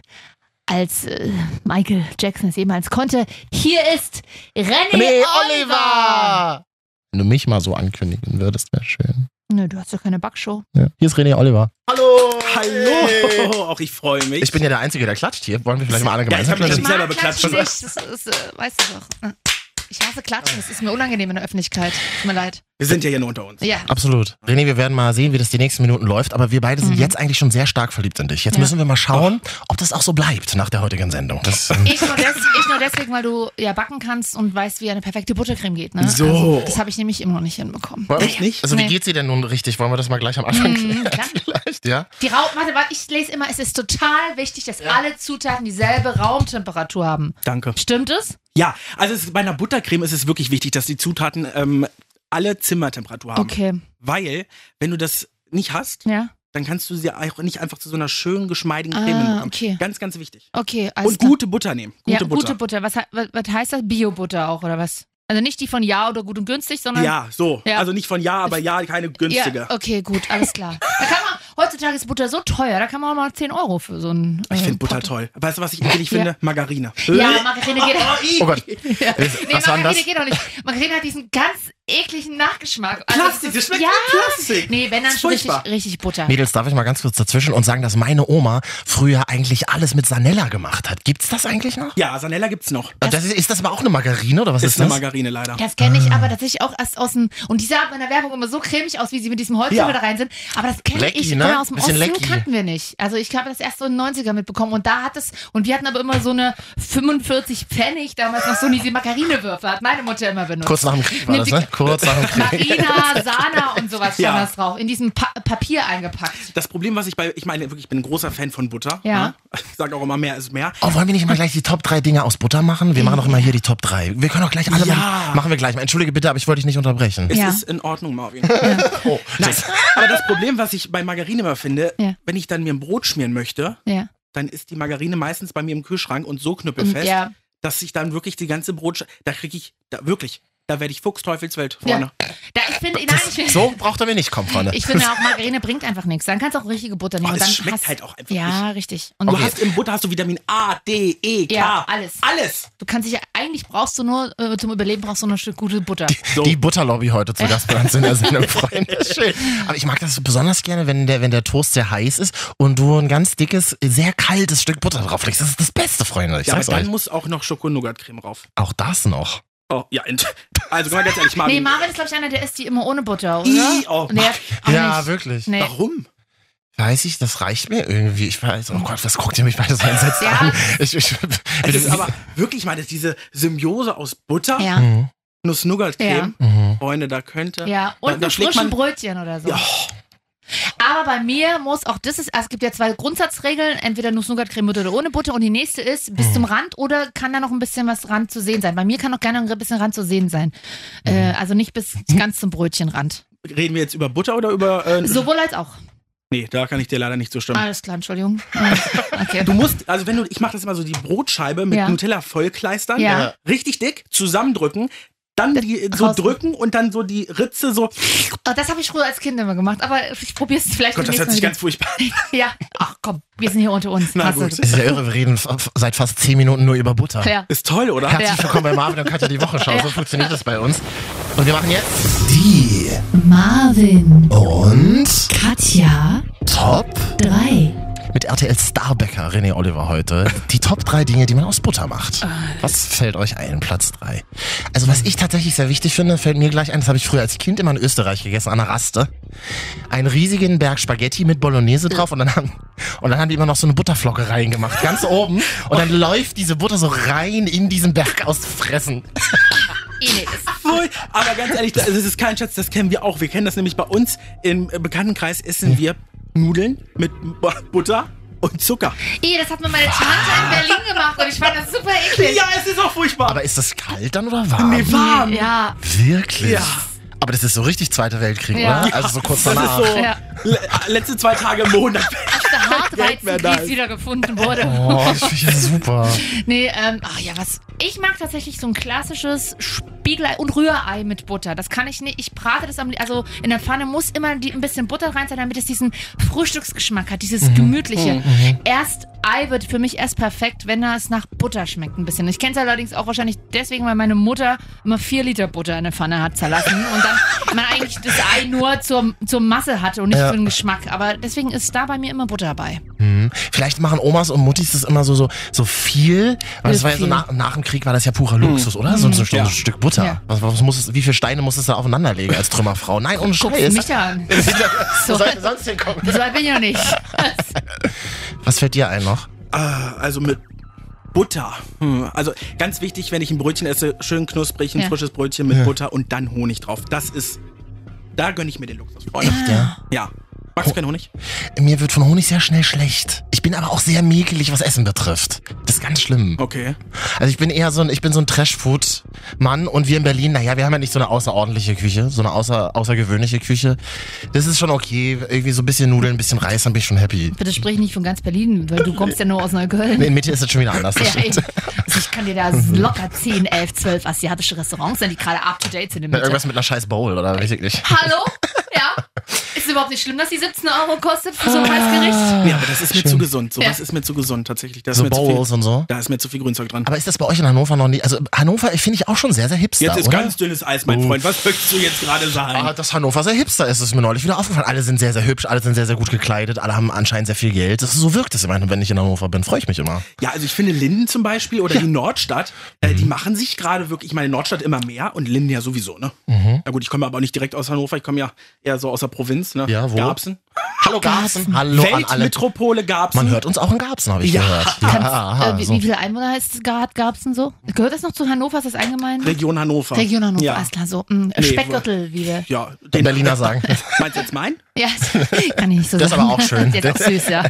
als äh, Michael Jackson es jemals konnte. Hier ist René, Nee, Oliver. Oliver! Wenn du mich mal so ankündigen würdest, wäre schön. Nö, du hast doch keine Backshow. Ja. Hier ist René Oliver. Hallo! Hallo! Auch ich freue mich. Ich bin ja der Einzige, der klatscht hier. Wollen wir vielleicht mal alle Ja, ich gemeinsam hab mich klatschen? Ich selber beklatscht. klatschen Was? nicht. Das ist, äh, weißt du doch. Ich hasse Klatschen, das ist mir unangenehm in der Öffentlichkeit. Tut mir leid. Wir sind ja hier nur unter uns. Ja. Absolut. René, wir werden mal sehen, wie das die nächsten Minuten läuft, aber wir beide sind Mhm. jetzt eigentlich schon sehr stark verliebt in dich. Jetzt Ja. müssen wir mal schauen, ob das auch so bleibt nach der heutigen Sendung. Das, ähm, Ich nur, des, ich nur deswegen, weil du ja backen kannst und weißt, wie eine perfekte Buttercreme geht. Ne? So. Also, das habe ich nämlich immer noch nicht hinbekommen. Bei euch Echt nicht? also wie Nee. geht sie denn nun richtig? Wollen wir das mal gleich am Anfang Mhm, klären? klar. (laughs) Vielleicht, (laughs) ja? Die Raum, warte, warte, ich lese immer, es ist total wichtig, dass alle Zutaten dieselbe Raumtemperatur haben. Danke. Stimmt es? Ja, also es, bei einer Buttercreme ist es wirklich wichtig, dass die Zutaten ähm, alle Zimmertemperatur haben. Okay, Weil, wenn du das nicht hast, ja. dann kannst du sie auch nicht einfach zu so einer schönen, geschmeidigen Creme Ah, machen. okay. Ganz, ganz wichtig. Okay, alles Und klar. gute Butter nehmen. Gute ja, Butter. gute Butter. Was, he- was, was heißt das? Bio-Butter auch, oder was? Also nicht die von Ja oder gut und günstig, sondern ja, so. Ja. Also nicht von ja, aber ja, keine günstige. Ja, okay, gut, alles klar. Da kann man, heutzutage ist Butter so teuer, da kann man auch mal 10 Euro für so einen. Ich äh, finde Butter Pot- toll. Weißt du, was ich eklig finde? Margarine. Äh? Ja, Margarine (laughs) geht. Oh Gott. Ja. Was war Nee, denn Margarine das? geht auch nicht. Margarine hat diesen ganz ekligen Nachgeschmack. Also, Plastik, es das ist- schmeckt ja. nach Plastik. Nee, Das wenn dann ist schon richtig, furchtbar. richtig Butter. Mädels, darf ich mal ganz kurz dazwischen und sagen, dass meine Oma früher eigentlich alles mit Sanella gemacht hat. Gibt's das eigentlich noch? Ja, Sanella gibt's noch. Das, ist, ist das aber auch eine Margarine oder was ist, Ist eine das? Margarine leider. Das kenne ich Ah. aber tatsächlich auch erst aus dem. Und die sah aber in der Werbung immer so cremig aus, wie sie mit diesem Holzfilter Ja. da rein sind. Aber das kenne Lecky, ich ne? von aus dem Bisschen Osten lecky. kannten wir nicht. Also ich habe das erst so in den 90er mitbekommen und da hat es. Und wir hatten aber immer so eine 45 Pfennig damals noch so diese Margarinewürfe, hat meine Mutter immer benutzt. Kurz nach dem Krieg war Nee, das, die- ne? (laughs) Kurz nach dem Krieg. Marina, Sana und sowas stand Ja. das drauf. In diesem pa Papier eingepackt. Das Problem, was ich bei, ich meine, wirklich, ich bin ein großer Fan von Butter. ne? Ja. (laughs) Ich sage auch immer, mehr ist mehr. Oh, wollen wir nicht mal gleich die Top 3 Dinge aus Butter machen? Wir machen doch immer hier die Top 3. Wir können doch gleich alle Ja. mal, machen wir gleich mal. Entschuldige bitte, aber ich wollte dich nicht unterbrechen. Es Ja. ist in Ordnung, Marvin. (laughs) oh, Nein. Aber das Problem, was ich bei Margarine immer finde, Ja. wenn ich dann mir ein Brot schmieren möchte, Ja. dann ist die Margarine meistens bei mir im Kühlschrank und so knüppelfest, ja. dass ich dann wirklich die ganze Brot, da kriege ich, da wirklich, Da werde ich Fuchsteufelswelt, Ja. Freunde. Da, ich finde, nein, ich finde, So braucht er mir nicht kommen, (laughs) Freunde. ich finde auch, Margarine bringt einfach nichts. Dann kannst du auch richtige Butter nehmen. Oh, und es dann schmeckt hast, halt auch einfach Ja, richtig. Und Du hast im Butter hast du Vitamin A, D, E, K. Ja, alles. Alles. du kannst dich ja, eigentlich brauchst du nur, äh, zum Überleben brauchst du nur ein Stück gute Butter. So. Die Butterlobby heute zu Gast bei uns (laughs) in der Sendung, Freunde. Schön. Aber ich mag das besonders gerne, wenn der, wenn der Toast sehr heiß ist und du ein ganz dickes, sehr kaltes Stück Butter drauflegst. Das ist das Beste, Freunde. Ich Ja, aber sag's dann euch. muss auch noch Schoko-Nougat-Creme rauf. Auch das noch. Oh, ja, ent- (laughs) also komm mal ganz ehrlich, Marvin. Nee, Marvin ist, glaube ich, einer, der isst die immer ohne Butter, oder? I, oh, Nee, auch ja, nicht. wirklich. Nee. Warum? Weiß ich, das reicht mir irgendwie. Ich weiß, oh Gott, was guckt ihr mich beide so entsetzt Ja. an? Ich, ich, Es ist aber wirklich mal das- diese Symbiose aus Butter, Ja, Mhm, Nuss-Nougat-Creme. mhm. Freunde, da könnte. ja. Da- Und da ein schlägt frischen man- Brötchen oder so. Ja, Aber bei mir muss auch das ist, also es gibt ja zwei Grundsatzregeln, entweder Nuss-Nougat-Creme mit oder ohne Butter und die nächste ist bis zum Rand oder kann da noch ein bisschen was Rand zu sehen sein. Bei mir kann auch gerne ein bisschen Rand zu sehen sein. Äh, also nicht bis ganz zum Brötchenrand. Reden wir jetzt über Butter oder über. Äh, Sowohl als auch. Nee, da kann ich dir leider nicht zustimmen. Alles klar, Entschuldigung. Äh, Okay. Du musst, also wenn du, ich mache das immer so, die Brotscheibe mit Ja. Nutella vollkleistern, Ja. richtig dick, zusammendrücken, dann die so raus- drücken und dann so die Ritze so. Oh, das habe ich früher als Kind immer gemacht, aber ich probiere es vielleicht Gott, das hört demnächst sich mal ganz furchtbar an. wieder. (laughs) Ja, ach komm, wir sind hier unter uns. Na Hast du- gut. Es ist ja irre, wir reden f- seit fast zehn Minuten nur über Butter. Ja. Ist toll, oder? Herzlich Ja. willkommen bei Marvin und Katja die (laughs) Wochenschau. So funktioniert das bei uns. Und wir machen jetzt Marvin, und Katja, Top 3. mit RTL Starbäcker René Oliver heute die Top 3 Dinge, die man aus Butter Ah, macht. Was fällt euch ein? Platz 3. Also was ich tatsächlich sehr wichtig finde, fällt mir gleich ein, das habe ich früher als Kind immer in Österreich gegessen, an der Raste. Einen riesigen Berg Spaghetti mit Bolognese drauf und dann haben, und dann haben die immer noch so eine Butterflocke reingemacht, ganz oben. Und dann läuft diese Butter so rein in diesen Berg aus Fressen. Elis. Voll. Aber ganz ehrlich, das ist kein Schatz, das kennen wir auch. Wir kennen das nämlich bei uns im äh, Bekanntenkreis essen wir Nudeln mit Butter und Zucker. Ih, das hat mir meine Tante in Berlin gemacht und ich fand das super eklig. Ja, es ist auch furchtbar. Aber ist das kalt dann oder warm? Nee, warm. Ja, Wirklich? Ja. Aber das ist so richtig Zweiter Weltkrieg, Ja. oder? Also so kurz das danach. ist so Ja. le letzte zwei Tage im Monat. (laughs) der Hartreiz, Geld mehr da wie es ist. wieder (laughs) gefunden wurde. Oh, das finde ich ja super. Nee, ähm, ach ja, was? Ich mag tatsächlich so ein klassisches Spiegelei und Rührei mit Butter. Das kann ich nicht. Ich brate das am, lie- also in der Pfanne muss immer die, ein bisschen Butter rein sein, damit es diesen Frühstücksgeschmack hat, dieses gemütliche. Erst Ei wird für mich erst perfekt, wenn er es nach Butter schmeckt ein bisschen. Ich kenne es allerdings auch wahrscheinlich deswegen, weil meine Mutter immer vier Liter Butter in der Pfanne hat zerlassen und dann (laughs) man eigentlich das Ei nur zur, zur Masse hatte und nicht Ja. für den Geschmack. Aber deswegen ist da bei mir immer Butter bei. Hm. Vielleicht machen Omas und Muttis das immer so, so, so viel. Weil das Ja, war ja so viel. Mhm. nach, nach dem Krieg war das ja purer Luxus, oder? So, so, so Ja. ein Stück Butter. Ja. Was, was muss es, wie viele Steine muss es da aufeinanderlegen als Trümmerfrau? Nein, ohne Guckst Scheiß. mich da an. Wo soll denn sonst hinkommen? So weit bin ich noch nicht. Was fällt dir ein noch? Ah, also mit Butter. Hm. Also ganz wichtig, wenn ich ein Brötchen esse, schön knusprig, ein Ja. frisches Brötchen mit Butter und dann Honig drauf. Das ist, da gönne ich mir den Luxus. Freunde. Ah. Ja. Ja. Magst du keinen Honig? Mir wird von Honig sehr schnell schlecht. Ich bin aber auch sehr mäkelig, was Essen betrifft. Das ist ganz schlimm. Okay. Also ich bin eher so ein, ich bin so ein Trash-Food-Mann und wir in Berlin, naja, wir haben ja nicht so eine außerordentliche Küche, so eine außer, außergewöhnliche Küche. Das ist schon okay, irgendwie so ein bisschen Nudeln, ein bisschen Reis, dann bin ich schon happy. Bitte sprich nicht von ganz Berlin, weil du kommst ja nur aus Neukölln. Nee, in Mitte ist das schon wieder anders, das (laughs) Ja, ey. stimmt. Also ich kann dir da locker 10, 11, 12 asiatische Restaurants sein, die gerade up to date sind in Na, Mitte. irgendwas mit einer scheiß Bowl oder weiß ich nicht. Hallo? Ja? Ist überhaupt nicht schlimm, dass die 17 Euro kostet für so Ah. ein Äh, Preisgericht? Ja, aber das ist mir zu gesund. Sowas Ja. ist mir zu gesund tatsächlich. Das So ist mir zu Bowls viel, und so. Da ist mir zu viel Grünzeug dran. Aber ist das bei euch in Hannover noch nicht? Also Hannover finde ich auch schon sehr, sehr hipster, jetzt ist oder? ganz dünnes Eis, mein Oh. Freund. Was möchtest du jetzt gerade sagen? Ah, dass Hannover sehr hipster ist, ist mir neulich wieder aufgefallen. Alle sind sehr, sehr hübsch, alle sind sehr, sehr gut gekleidet, alle haben anscheinend sehr viel Geld. Das, so wirkt es immer, wenn ich in Hannover bin, freue ich mich immer. Ja, also ich finde Linden zum Beispiel oder die Nordstadt, äh, Mhm. die machen sich gerade wirklich, ich meine Nordstadt immer mehr und Linden ja sowieso, ne? Mhm. Na gut, ich komme aber auch nicht direkt aus Hannover, ich komme ja eher so aus der Provinz, ne? Ja, wo? Garbsen. Hallo Garzen. Hallo an alle. Weltmetropole Garbsen. Man hört uns auch in Garbsen, habe ich Ja. gehört. Kannst, aha, äh, wie, so. wie viele Einwohner heißt, hat Garbsen so? Gehört das noch zu Hannover? Ist das allgemein? Region Hannover. Region Hannover, Ja. alles klar, so. mm, Nee, Speckgürtel, wie wir. Ja, Die den- Berliner (laughs) sagen. Meinst du jetzt mein? (laughs) Ja, kann ich nicht so Das ist sagen. aber auch schön. (laughs) Der ist auch (laughs) süß, (laughs) ja.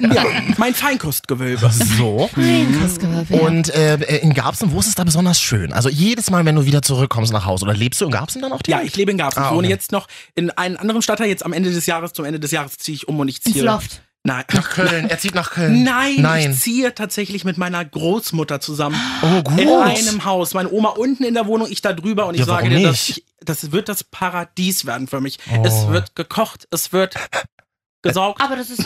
Mein Feinkostgewölbe. So. Einkaufsgehöfe, ja. Und äh, in Garbsen, wo ist es da besonders schön? Also jedes Mal, wenn du wieder zurückkommst nach Hause, oder lebst du in Garbsen dann auch Ja, direkt? ich lebe in Garbsen. Ah, Ich wohne okay. jetzt noch in einem anderen Stadtteil. Jetzt am Ende des Jahres, zum Ende des Jahres ziehe ich um und ich Ins ziehe Loft. Nein. Nach Köln. Er zieht nach Köln. Nein, äh, Nein. ich ziehe tatsächlich mit meiner Großmutter zusammen. Oh, In gut. einem Haus. Meine Oma unten in der Wohnung, ich da drüber und ich Ja, sage warum dir, dass nicht? ich, das wird das Paradies werden für mich. Oh. Es wird gekocht, es wird gesaugt. Aber das ist, (laughs) es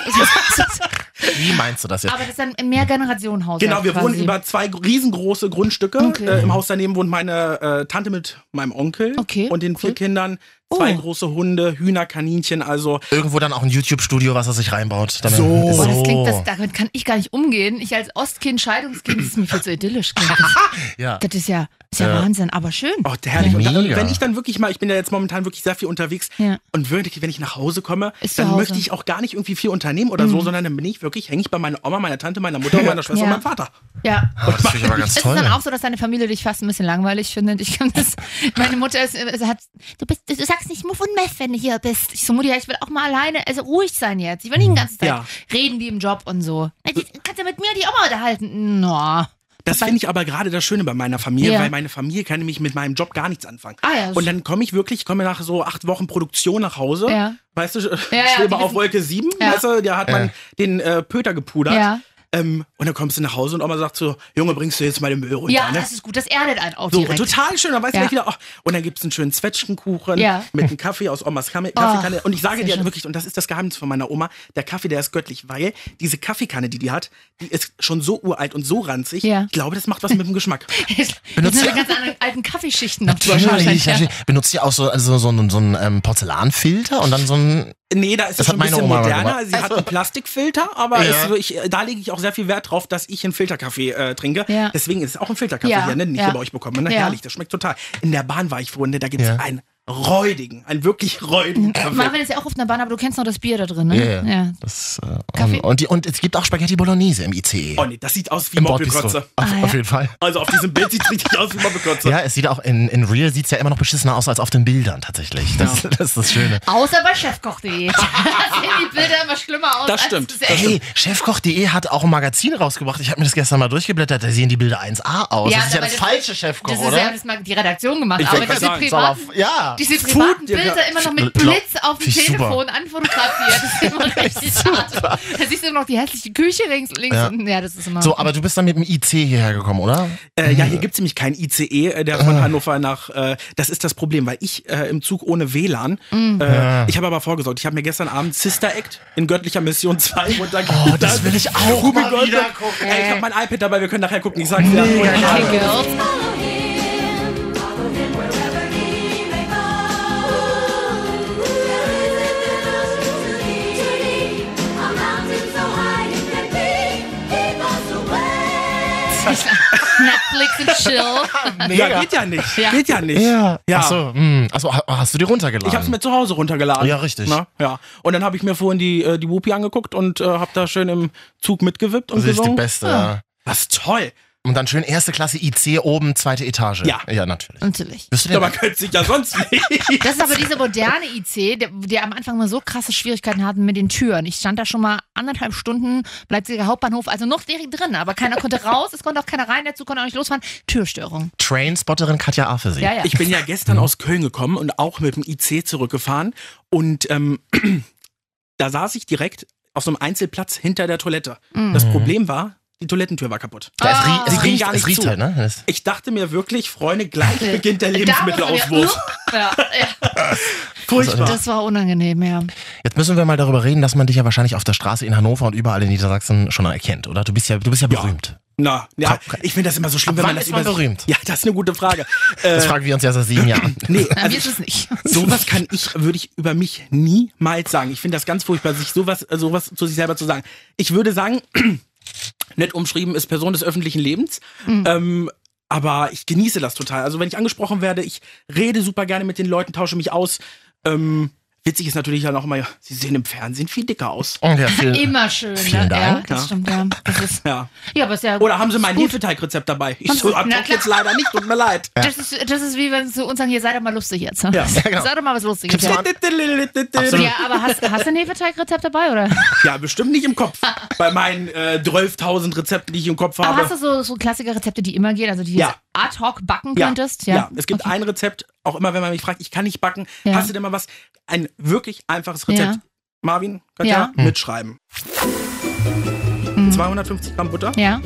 ist Wie meinst du das jetzt? aber das ist ein Mehrgenerationenhaus. Genau, wir quasi. wohnen über zwei riesengroße Grundstücke. Okay. Äh, Im Haus daneben wohnt meine äh, Tante mit meinem Onkel Okay, und den vier cool. Kindern. Zwei Oh. große Hunde, Hühner, Kaninchen. Also Irgendwo dann auch ein YouTube-Studio, was er sich reinbaut. Damit- So. Boah, Oh, das klingt, das, damit kann ich gar nicht umgehen. Ich als Ostkind, Scheidungskind, das ist mir viel zu idyllisch. Klingt das. (laughs) ja. das ist ja, ist ja Ja. Wahnsinn, aber schön. Oh, herrlich. Und dann, Mega. wenn ich dann wirklich mal, ich bin ja jetzt momentan wirklich sehr viel unterwegs Ja. und wirklich, wenn ich nach Hause komme, Ist zu dann Hause. Mhm. möchte ich auch gar nicht irgendwie viel unternehmen oder so, sondern dann bin ich wirklich, hänge ich bei meiner Oma, meiner Tante, meiner (laughs) Mutter, meiner Schwester Ja. und meinem Vater. Ja. Ah, das finde ich aber ganz Es ist toll. dann auch so, dass deine Familie dich fast ein bisschen langweilig findet. Ich kann das, meine Mutter ist, äh, sie hat, du bist, du sagst nicht Muff und Meff, wenn du hier bist. Ich so, Mutti, ja, ich will auch mal alleine, also ruhig sein jetzt. Ich will nicht den ganzen Tag Ja. reden, die im Job und so. Na, die- Kannst du mit mir die Oma unterhalten? No. Ah Das finde ich aber gerade das Schöne bei meiner Familie, Ja. weil meine Familie kann nämlich mit meinem Job gar nichts anfangen. ja. das- Und dann komme ich wirklich, komme nach so acht Wochen Produktion nach Hause. Ja. Weißt du, ich ja, schwebe die auf wissen- Wolke 7, Ja. weißt du, da hat man Ja. den äh, Pöter gepudert. Ja. Ähm, und dann kommst du nach Hause und Oma sagt so, Junge, bringst du jetzt mal den Müll runter, ja, ne? das ist gut, das erdet einen auch So, direkt. (laughs) total schön. Dann weiß Ja. ich wieder, oh, und dann gibt es einen schönen Zwetschgenkuchen Ja. mit einem Kaffee aus Omas Kamme- Oh, Kaffeekanne. und ich sage sehr dir schön. wirklich, und das ist das Geheimnis von meiner Oma, der Kaffee, der ist göttlich, weil diese Kaffeekanne, die die hat, die ist schon so uralt und so ranzig. Ja. Ich glaube, das macht was mit dem (laughs) Geschmack. Benutzt die ganz anderen alten Kaffeeschichten noch drüber Natürlich. wahrscheinlich. Ja. natürlich. Benutzt ihr auch so, also so, einen- so einen ähm, Porzellanfilter und dann so einen. Nee, da ist Das es hat schon ein meine bisschen Oma mal moderner. gemacht. Sie hat einen Plastikfilter, aber Ja. es, ich, äh, da lege ich auch sehr viel Wert drauf, dass ich einen Filterkaffee äh, trinke. Ja. Deswegen ist es auch ein Filterkaffee Ja, hier, ne, den ich ja. hier bei euch bekomme. Na, Ja. Herrlich, das schmeckt total. In der Bahn war ich vorhin, ne, da gibt es Ja. einen räudigen, einen wirklich (laughs) räudigen Kaffee. Marvin ist ja auch auf einer Bahn, aber du kennst noch das Bier da drin, ne? Ja, ja. ja. Das, äh, Kaffee? und, und, die, und es gibt auch Spaghetti Bolognese im ICE. Oh nee, das sieht aus wie Im Bordbistro. Mobbelkotze. Ah, Auf, auf jeden Fall. Also auf diesem Bild sieht es richtig aus wie Mobbelkotze. Ja, es sieht auch in, in Real sieht es ja immer noch beschissener aus als auf den Bildern tatsächlich. Das, (laughs) das ist das Schöne. Außer bei Chefkoch.de. (laughs) da sehen die Bilder immer schlimmer aus. Das als stimmt, es das echt Hey, Chefkoch.de hat auch ein Magazin rausgebracht. Ich habe mir das gestern mal durchgeblättert. Da sehen die Bilder 1A aus. Ja, das ist ja aber das das- falsche Chefkoch, Das ist oder? ja das mal die Redaktion gemacht, Ich aber wollte diese gerade Ist aber- privaten, ja. diese privaten Food, ja, Bilder immer noch mit Glaub- Blitz auf dem Finde ich Telefon anfotografiert. Das (laughs) ist immer richtig hart. Da siehst du immer noch die hässliche Küche links, links Ja. ja. unten. Ja, das ist immer. So, aber du bist dann mit dem IC hierher gekommen, oder? Äh, ja, hier gibt's nämlich keinen ICE, äh, der Ah. von Hannover nach. Äh, das ist das Problem, weil ich äh, im Zug ohne WLAN. Mhm. Äh, Ich habe aber vorgesorgt. Ich habe mir gestern Abend Sister Act in göttlicher Mission 2 runtergekriegt. Oh, das will ich auch Ruby mal Goldberg. wieder gucken. Ey, ich habe mein iPad dabei, wir können nachher gucken. Ich sag's dir. okay, Girls. (laughs) Netflix and (laughs) chill. Ja, geht ja nicht. Ja. Geht ja nicht. Ja. ja. Achso, mh. Achso, hm. Also, ha- hast du die runtergeladen? Ich habe es mir zu Hause runtergeladen. Ja, richtig. Na, ja. Und dann habe ich mir vorhin die, äh, die Whoopi angeguckt und äh, habe da schön im Zug mitgewippt und Also, Das ist die gesungen. beste, ja. Das ist toll. Und dann schön erste Klasse IC oben, zweite Etage. Ja. Ja, natürlich. Natürlich. Bist du Aber denn, könnte sich ja (laughs) sonst nicht. Das ist aber diese moderne IC, der, die am Anfang mal so krasse Schwierigkeiten hatten mit den Türen. Ich stand da schon mal anderthalb Stunden, Leipziger Hauptbahnhof, also noch direkt drin, aber keiner konnte raus, es konnte auch keiner rein, dazu konnte auch nicht losfahren. Türstörung. Trainspotterin Katja A für Sie? Ja, ja. Ich bin ja gestern aus Köln gekommen und auch mit dem IC zurückgefahren. Und ähm, (clears throat) da saß ich direkt auf so einem Einzelplatz hinter der Toilette. Mhm. Das Problem war, die Toilettentür war kaputt. Da es, rie Ah. es Die gehen riecht, gar es nicht riecht zu. halt, ne? Das- Ich dachte mir wirklich, Freunde, gleich beginnt der Da muss Lebensmittelauswurf. man Ja, ja, ja. Furchtbar. Das war unangenehm, ja. Jetzt müssen wir mal darüber reden, dass man dich ja wahrscheinlich auf der Straße in Hannover und überall in Niedersachsen schon erkennt, oder? Du bist ja, du bist ja berühmt. Na, ja, Komm, komm. ich finde das immer so schlimm, Ab wenn wann man das ist man über- berühmt? Ja, das ist eine gute Frage. (laughs) Äh, Das fragen wir uns ja seit sieben (clears throat) Jahren. nee, also Na, mir ist es nicht. Sowas kann ich, würde ich über mich niemals sagen. Ich finde das ganz furchtbar, sich sowas, äh, sowas zu sich selber zu sagen. Ich würde sagen, (clears throat) nett umschrieben ist Person des öffentlichen Lebens. Mhm. Ähm, aber ich genieße das total. Also wenn ich angesprochen werde, ich rede super gerne mit den Leuten, tausche mich aus. Ähm, witzig ist natürlich dann auch immer, sie sehen im Fernsehen viel dicker aus. Und ja, viel, Immer schön, Vielen ne? Dank, ja, das ja. stimmt, ja. Das ist, Ja. ja, aber ist ja Oder haben sie mein gut. Hefeteigrezept dabei? Ich Haben so, Sie- hab Na doch klar. jetzt leider nicht, tut mir leid. Das ist, das ist wie wenn sie zu uns sagen, hier, sei doch mal lustig jetzt. Ne? Ja, genau. Sei doch mal was Lustiges. Gibt's (laughs) Ja. ja, aber hast, hast du ein Hefeteigrezept dabei, oder? Ja, bestimmt nicht im (laughs) Kopf. Bei meinen äh, 12.000 Rezepten, die ich im Kopf Aber habe. hast du so, so Klassiker-Rezepte, die immer gehen, also die du Ja. jetzt ad hoc backen könntest? Ja, es gibt ein Rezept, auch immer, wenn man mich fragt, ich kann nicht backen. Ja. Hast du denn mal was? Ein wirklich einfaches Rezept. Ja. Marvin, Katja, Ja. mitschreiben. 250 Gramm Butter. Ja,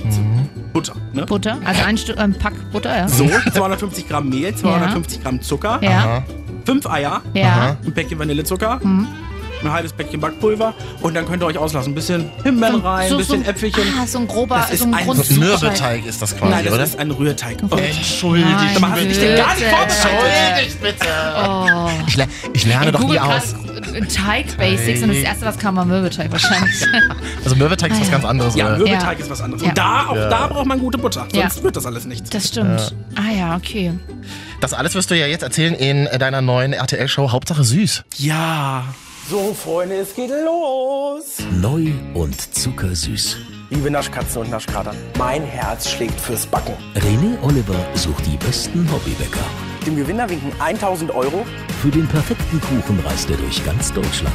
Butter, ne? Butter. Also ein, Stück, ein Pack Butter, ja. So, 250 Gramm (laughs) Mehl, 250 Gramm Zucker, Ja, Hm. fünf Eier, ja. ein Päckchen Vanillezucker, ein halbes Päckchen Backpulver und dann könnt ihr euch auslassen. Ein bisschen Himbeeren rein, ein bisschen so, Äpfelchen. Ah, so ein grober, Das ist so ein ein So ein Grundzucker. Mürbeteig ist das quasi, Nein, das oder? ist Äh, ein Rührteig. Und Entschuldigt Sag mal, hast du dich denn gar nicht Bitte. vorbereitet? bitte. Oh. Ich, le ich lerne Ey, doch Google nie aus. gerade Teig Basics und das erste, was kam, war Mürbeteig wahrscheinlich. Also Mürbeteig ist was ganz anderes, Ah, Ja, oder? Mürbeteig Ja. ist was anderes. Ja. Und da, auch Ja. da braucht man gute Butter, Ja. sonst wird das alles nichts. (laughs) Das stimmt. Ah ja, okay. Das alles wirst du ja jetzt erzählen in deiner neuen RTL-Show Hauptsache süß. Ja. So, Freunde, es geht los. Neu und zuckersüß. Liebe Naschkatzen und Naschkater, mein Herz schlägt fürs Backen. René Oliver sucht die besten Hobbybäcker. Dem Gewinner winken 1000 Euro Für den perfekten Kuchen reist er durch ganz Deutschland.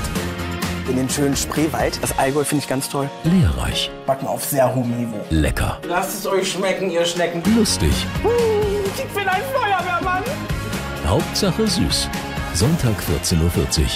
in den schönen Spreewald. Das Allgäu finde ich ganz toll. Lehrreich, Backen auf sehr hohem Niveau. lecker, Lasst es euch schmecken, ihr Schnecken. lustig. Ich bin ein Feuerwehrmann. Hauptsache süß. Sonntag 14.40 Uhr.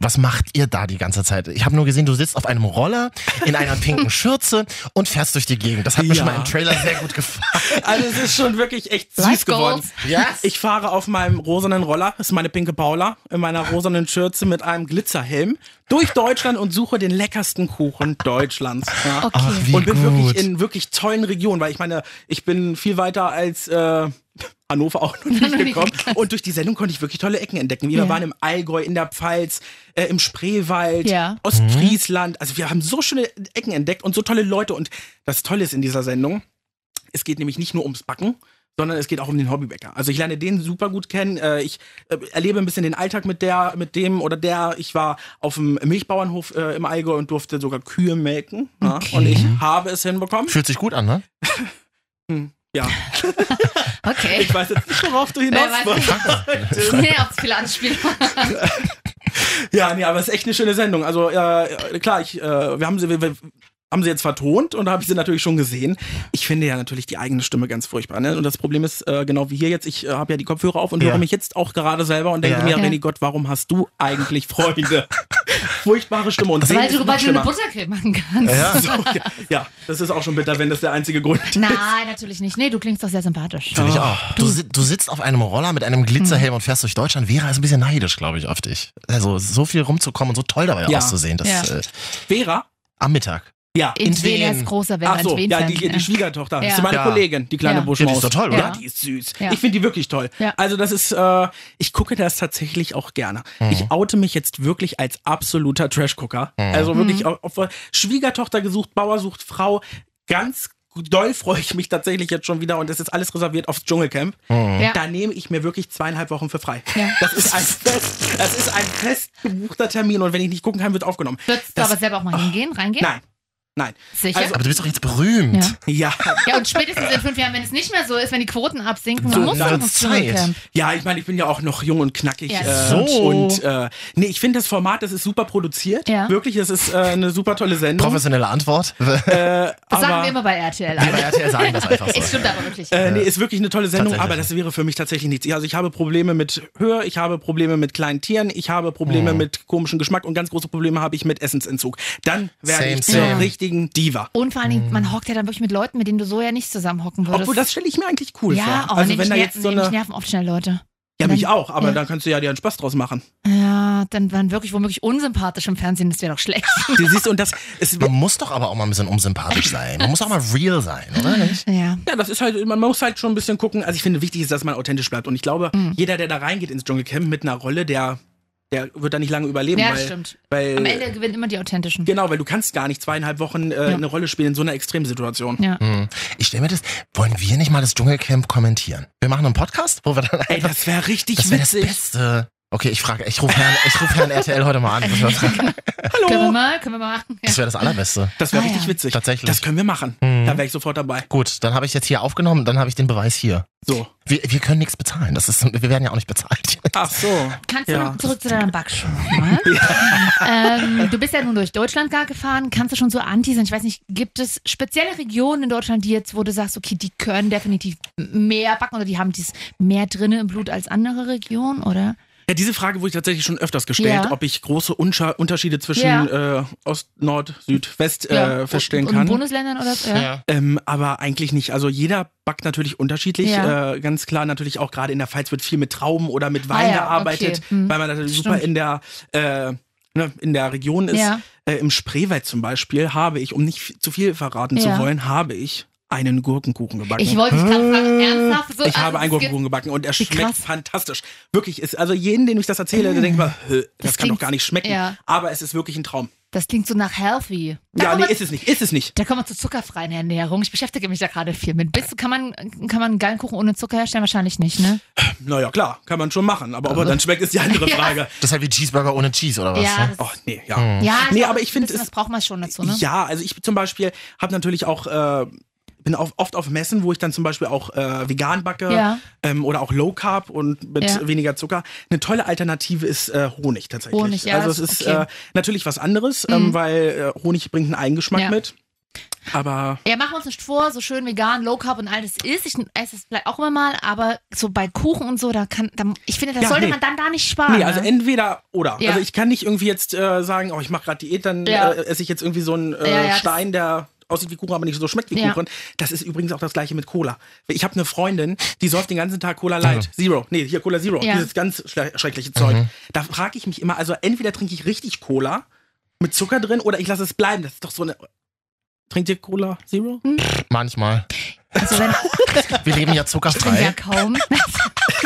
Was macht ihr da die ganze Zeit? Ich habe nur gesehen, du sitzt auf einem Roller in einer (laughs) pinken Schürze und fährst durch die Gegend. Das hat mir Ja. schon mal im Trailer sehr gut gefallen. Also es ist schon wirklich echt süß Life geworden. Goals. Yes. Ich fahre auf meinem rosanen Roller, das ist meine pinke Paula, in meiner rosanen Schürze mit einem Glitzerhelm durch Deutschland und suche den leckersten Kuchen Deutschlands. Ja. Okay. Ach, wie und bin gut. wirklich in wirklich tollen Regionen, weil ich meine, ich bin viel weiter als äh, Hannover auch noch (laughs) nicht gekommen. Und durch die Sendung konnte ich wirklich tolle Ecken entdecken. Wir Ja. waren im Allgäu, in der Pfalz, äh, im Spreewald, Ja. Mhm. Ostfriesland. Also wir haben so schöne Ecken entdeckt und so tolle Leute. Und das Tolle ist in dieser Sendung, es geht nämlich nicht nur ums Backen, sondern es geht auch um den Hobbybäcker. Also ich lerne den super gut kennen. Äh, Ich äh, erlebe ein bisschen den Alltag mit der, mit dem oder der. Ich war auf dem Milchbauernhof äh, im Allgäu und durfte sogar Kühe melken. ja. Okay. Und ich habe es hinbekommen. Fühlt sich gut an, ne? Ja, Okay. ich weiß jetzt nicht, worauf du hinaus Wer weiß. willst. (laughs) Nee, auf viele Anspielungen. Ja, nee, aber es ist echt eine schöne Sendung. Also äh, klar, ich, äh, wir haben sie, wir, wir haben sie jetzt vertont und da habe ich sie natürlich schon gesehen. Ich finde ja natürlich die eigene Stimme ganz furchtbar. Ne? Und das Problem ist, äh, genau wie hier jetzt, ich äh, habe ja die Kopfhörer auf und Ja. höre mich jetzt auch gerade selber und denke Ja. mir, Ja. René Gott, warum hast du eigentlich (laughs) Freunde? Furchtbare Stimme und sehen Weil ist du, noch weil du eine schlimmer. Buttercreme machen (laughs) kannst. So, ja, ja, das ist auch schon bitter, wenn das der (laughs) einzige Grund ist. Nein, natürlich nicht. Nee, du klingst doch sehr sympathisch. Finde ich auch. Du, si- du sitzt auf einem Roller mit einem Glitzerhelm und fährst durch Deutschland. Vera ist ein bisschen neidisch, glaube ich, auf dich. Also so viel rumzukommen und so toll dabei Ja. auszusehen. Das, Ja. äh, Vera? am Mittag. Ja. In Wen? Wen er ist großer Werner. Ach so, ja, die, die Schwiegertochter. Das Ja. ist meine Ja. Kollegin, die kleine Ja. Ja, die Buschmaus. ist doch toll, oder? Ja, Ja. die ist süß. Ja. Ich finde die wirklich toll. Ja. Also das ist, äh, ich gucke das tatsächlich auch gerne. Mhm. Ich oute mich jetzt wirklich als absoluter Trash-Gucker. Also wirklich Mhm. auf, auf Schwiegertochter gesucht, Bauer sucht Frau. Ganz doll freue ich mich tatsächlich jetzt schon wieder und das ist alles reserviert aufs Dschungelcamp. Ja. Da nehme ich mir wirklich zweieinhalb Wochen für frei. Ja. Das ist ein fest, das ist ein fest gebuchter Termin und wenn ich nicht gucken kann, wird aufgenommen. Würdest du Das- aber selber auch mal hingehen, reingehen? Nein, nein. Sicher? Also- Aber du bist doch jetzt berühmt. Ja. Ja, (laughs) ja, und spätestens in fünf Jahren, wenn es nicht mehr so ist, wenn die Quoten absinken, So dann musst du wird's noch ins Zeit. Dschungelcamp. Ja, ich meine, ich bin ja auch noch jung und knackig. Ja. Äh, So. Und äh, nee, ich finde das Format, das ist super produziert. Ja. Wirklich, das ist äh, eine super tolle Sendung. Professionelle Antwort. (laughs) Das aber, sagen wir immer bei RTL. Bei RTL sagen das einfach (laughs) so. Also, Es stimmt aber wirklich. Äh, nee, ist wirklich eine tolle Sendung, aber Tatsächlich. das wäre für mich tatsächlich nichts. Also ich habe Probleme mit Höhe, ich habe Probleme mit kleinen Tieren, ich habe Probleme Mhm. mit komischem Geschmack und ganz große Probleme habe ich mit Essensentzug. Dann werde Same, ich zur same. richtigen Diva. Und vor allen Dingen, man hockt ja dann wirklich mit Leuten, mit denen du so ja nicht zusammenhocken würdest. mm. Obwohl, das stelle ich mir eigentlich cool Oh, ja, vor. oh, also wenn nee, mich da ner- jetzt so nee, mich eine... nerven oft schnell Leute. Ja, mich auch, aber Ja. dann kannst du ja dir einen Spaß draus (laughs) machen. Ja, dann waren wirklich womöglich unsympathisch im Fernsehen, das wäre doch schlecht. Du siehst, und das... Es, Man muss doch aber auch mal ein bisschen unsympathisch sein. Man muss auch mal real sein, oder? Nicht? ja. Ja, das ist halt, man muss halt schon ein bisschen gucken. Also ich finde, wichtig ist, dass man authentisch bleibt. Und ich glaube, Mhm. jeder, der da reingeht ins Dschungelcamp mit einer Rolle, der, der wird da nicht lange überleben. Ja, weil, das stimmt. Weil, Am Ende gewinnen immer die authentischen. Genau, weil du kannst gar nicht zweieinhalb Wochen äh, Ja. eine Rolle spielen in so einer Extremsituation. Ja. Ich stelle mir das, wollen wir nicht mal das Dschungelcamp kommentieren? Wir machen einen Podcast, wo wir dann (laughs) Ey, einfach, das wäre richtig das wäre das witzig. Beste. Okay, ich frage, ich rufe Herrn, ich ruf Herrn RTL heute mal an. Das wäre genau. Können wir mal, können wir mal machen. Ja. das, wär das Allerbeste. Das wäre Ah, richtig ja. witzig. Tatsächlich. Das können wir machen. Da wäre ich sofort dabei. Gut, dann habe ich jetzt hier aufgenommen, dann habe ich den Beweis hier. So. Wir, wir können nichts bezahlen. Das ist, wir werden ja auch nicht bezahlt. Ach so. Kannst du Ja. noch zurück zu deinem Backschuh (laughs) mal? ähm, du bist ja nun durch Deutschland gar gefahren. Kannst du schon so anti sein? Ich weiß nicht, gibt es spezielle Regionen in Deutschland, die jetzt, wo du sagst, okay, die können definitiv mehr backen oder die haben dies mehr drinne im Blut als andere Regionen, oder? Ja, diese Frage wurde ich tatsächlich schon öfters gestellt, Ja. ob ich große Unscha Unterschiede zwischen äh, Ost, Nord, Süd, West Ja. äh, feststellen Und kann. Bundesländern oder so? Ja. Ähm, aber eigentlich nicht. Also jeder backt natürlich unterschiedlich. Ja. Äh, ganz klar natürlich auch gerade in der Pfalz wird viel mit Trauben oder mit Ah Wein ja, gearbeitet, okay. Hm. weil man natürlich super Stimmt. in der äh, ne, in der Region ist. Ja. Äh, Im Spreewald zum Beispiel habe ich, um nicht viel- zu viel verraten Ja. zu wollen, habe ich einen Gurkenkuchen gebacken. Ich wollte dich gerade fragen, ernsthaft? So, also, ich habe einen es gibt- Gurkenkuchen gebacken und er schmeckt fantastisch. Wirklich ist, also jeden, den ich das erzähle, der denkt mal, "Hö, das, kann doch Mm. klingt- gar nicht schmecken. ja. Aber es ist wirklich ein Traum. Das klingt so nach healthy. Da Ja, kommen nee, wir- ist es nicht, ist es nicht. Da kommen wir zur zuckerfreien Ernährung. Ich beschäftige mich da gerade viel mit. Bist, du- kann, man, kann man einen geilen Kuchen ohne Zucker herstellen? Wahrscheinlich nicht, ne? Naja, klar, kann man schon machen, aber ob er dann schmeckt, ist die andere Also. (laughs) Ja. Frage. Das ist halt wie Cheeseburger ohne Cheese, oder was? Ja, ne? das- Oh, nee, ja. Ja, nee, glaub, aber ich finde bisschen es. Das braucht man schon dazu, ne? Ja, also ich zum Beispiel habe natürlich auch. Äh, bin auf, oft auf Messen, wo ich dann zum Beispiel auch äh, vegan backe Ja. ähm, oder auch Low Carb und mit Ja. weniger Zucker. Eine tolle Alternative ist äh, Honig tatsächlich. Honig, ja, Also es das- ist okay. Mhm. äh, natürlich was anderes, ähm, weil äh, Honig bringt einen Eigengeschmack Ja. mit. Aber Ja, machen wir uns nicht vor, so schön vegan, low carb und all das ist. Ich esse es vielleicht auch immer mal, aber so bei Kuchen und so, da kann, da, ich finde, das Ja, sollte nee. man dann da nicht sparen. Nee, also ne? entweder oder. Ja. Also ich kann nicht irgendwie jetzt äh, sagen, oh, ich mache gerade Diät, dann Ja. äh, esse ich jetzt irgendwie so einen äh, Ja, ja, das- Stein, der aussieht wie Kuchen, aber nicht so schmeckt wie Ja. Kuchen. Das ist übrigens auch das gleiche mit Cola. Ich habe eine Freundin, die säuft den ganzen Tag Cola Light. Zero. Nee, hier Cola Zero. Ja. Dieses ganz schle- schreckliche Zeug. Mhm. Da frage ich mich immer, also entweder trinke ich richtig Cola mit Zucker drin oder ich lasse es bleiben. Das ist doch so eine... Trinkt ihr Cola Zero? Hm. Manchmal. Also wenn, Wir leben ja (laughs) ich bin ja zuckerfrei. kaum. (laughs) nee,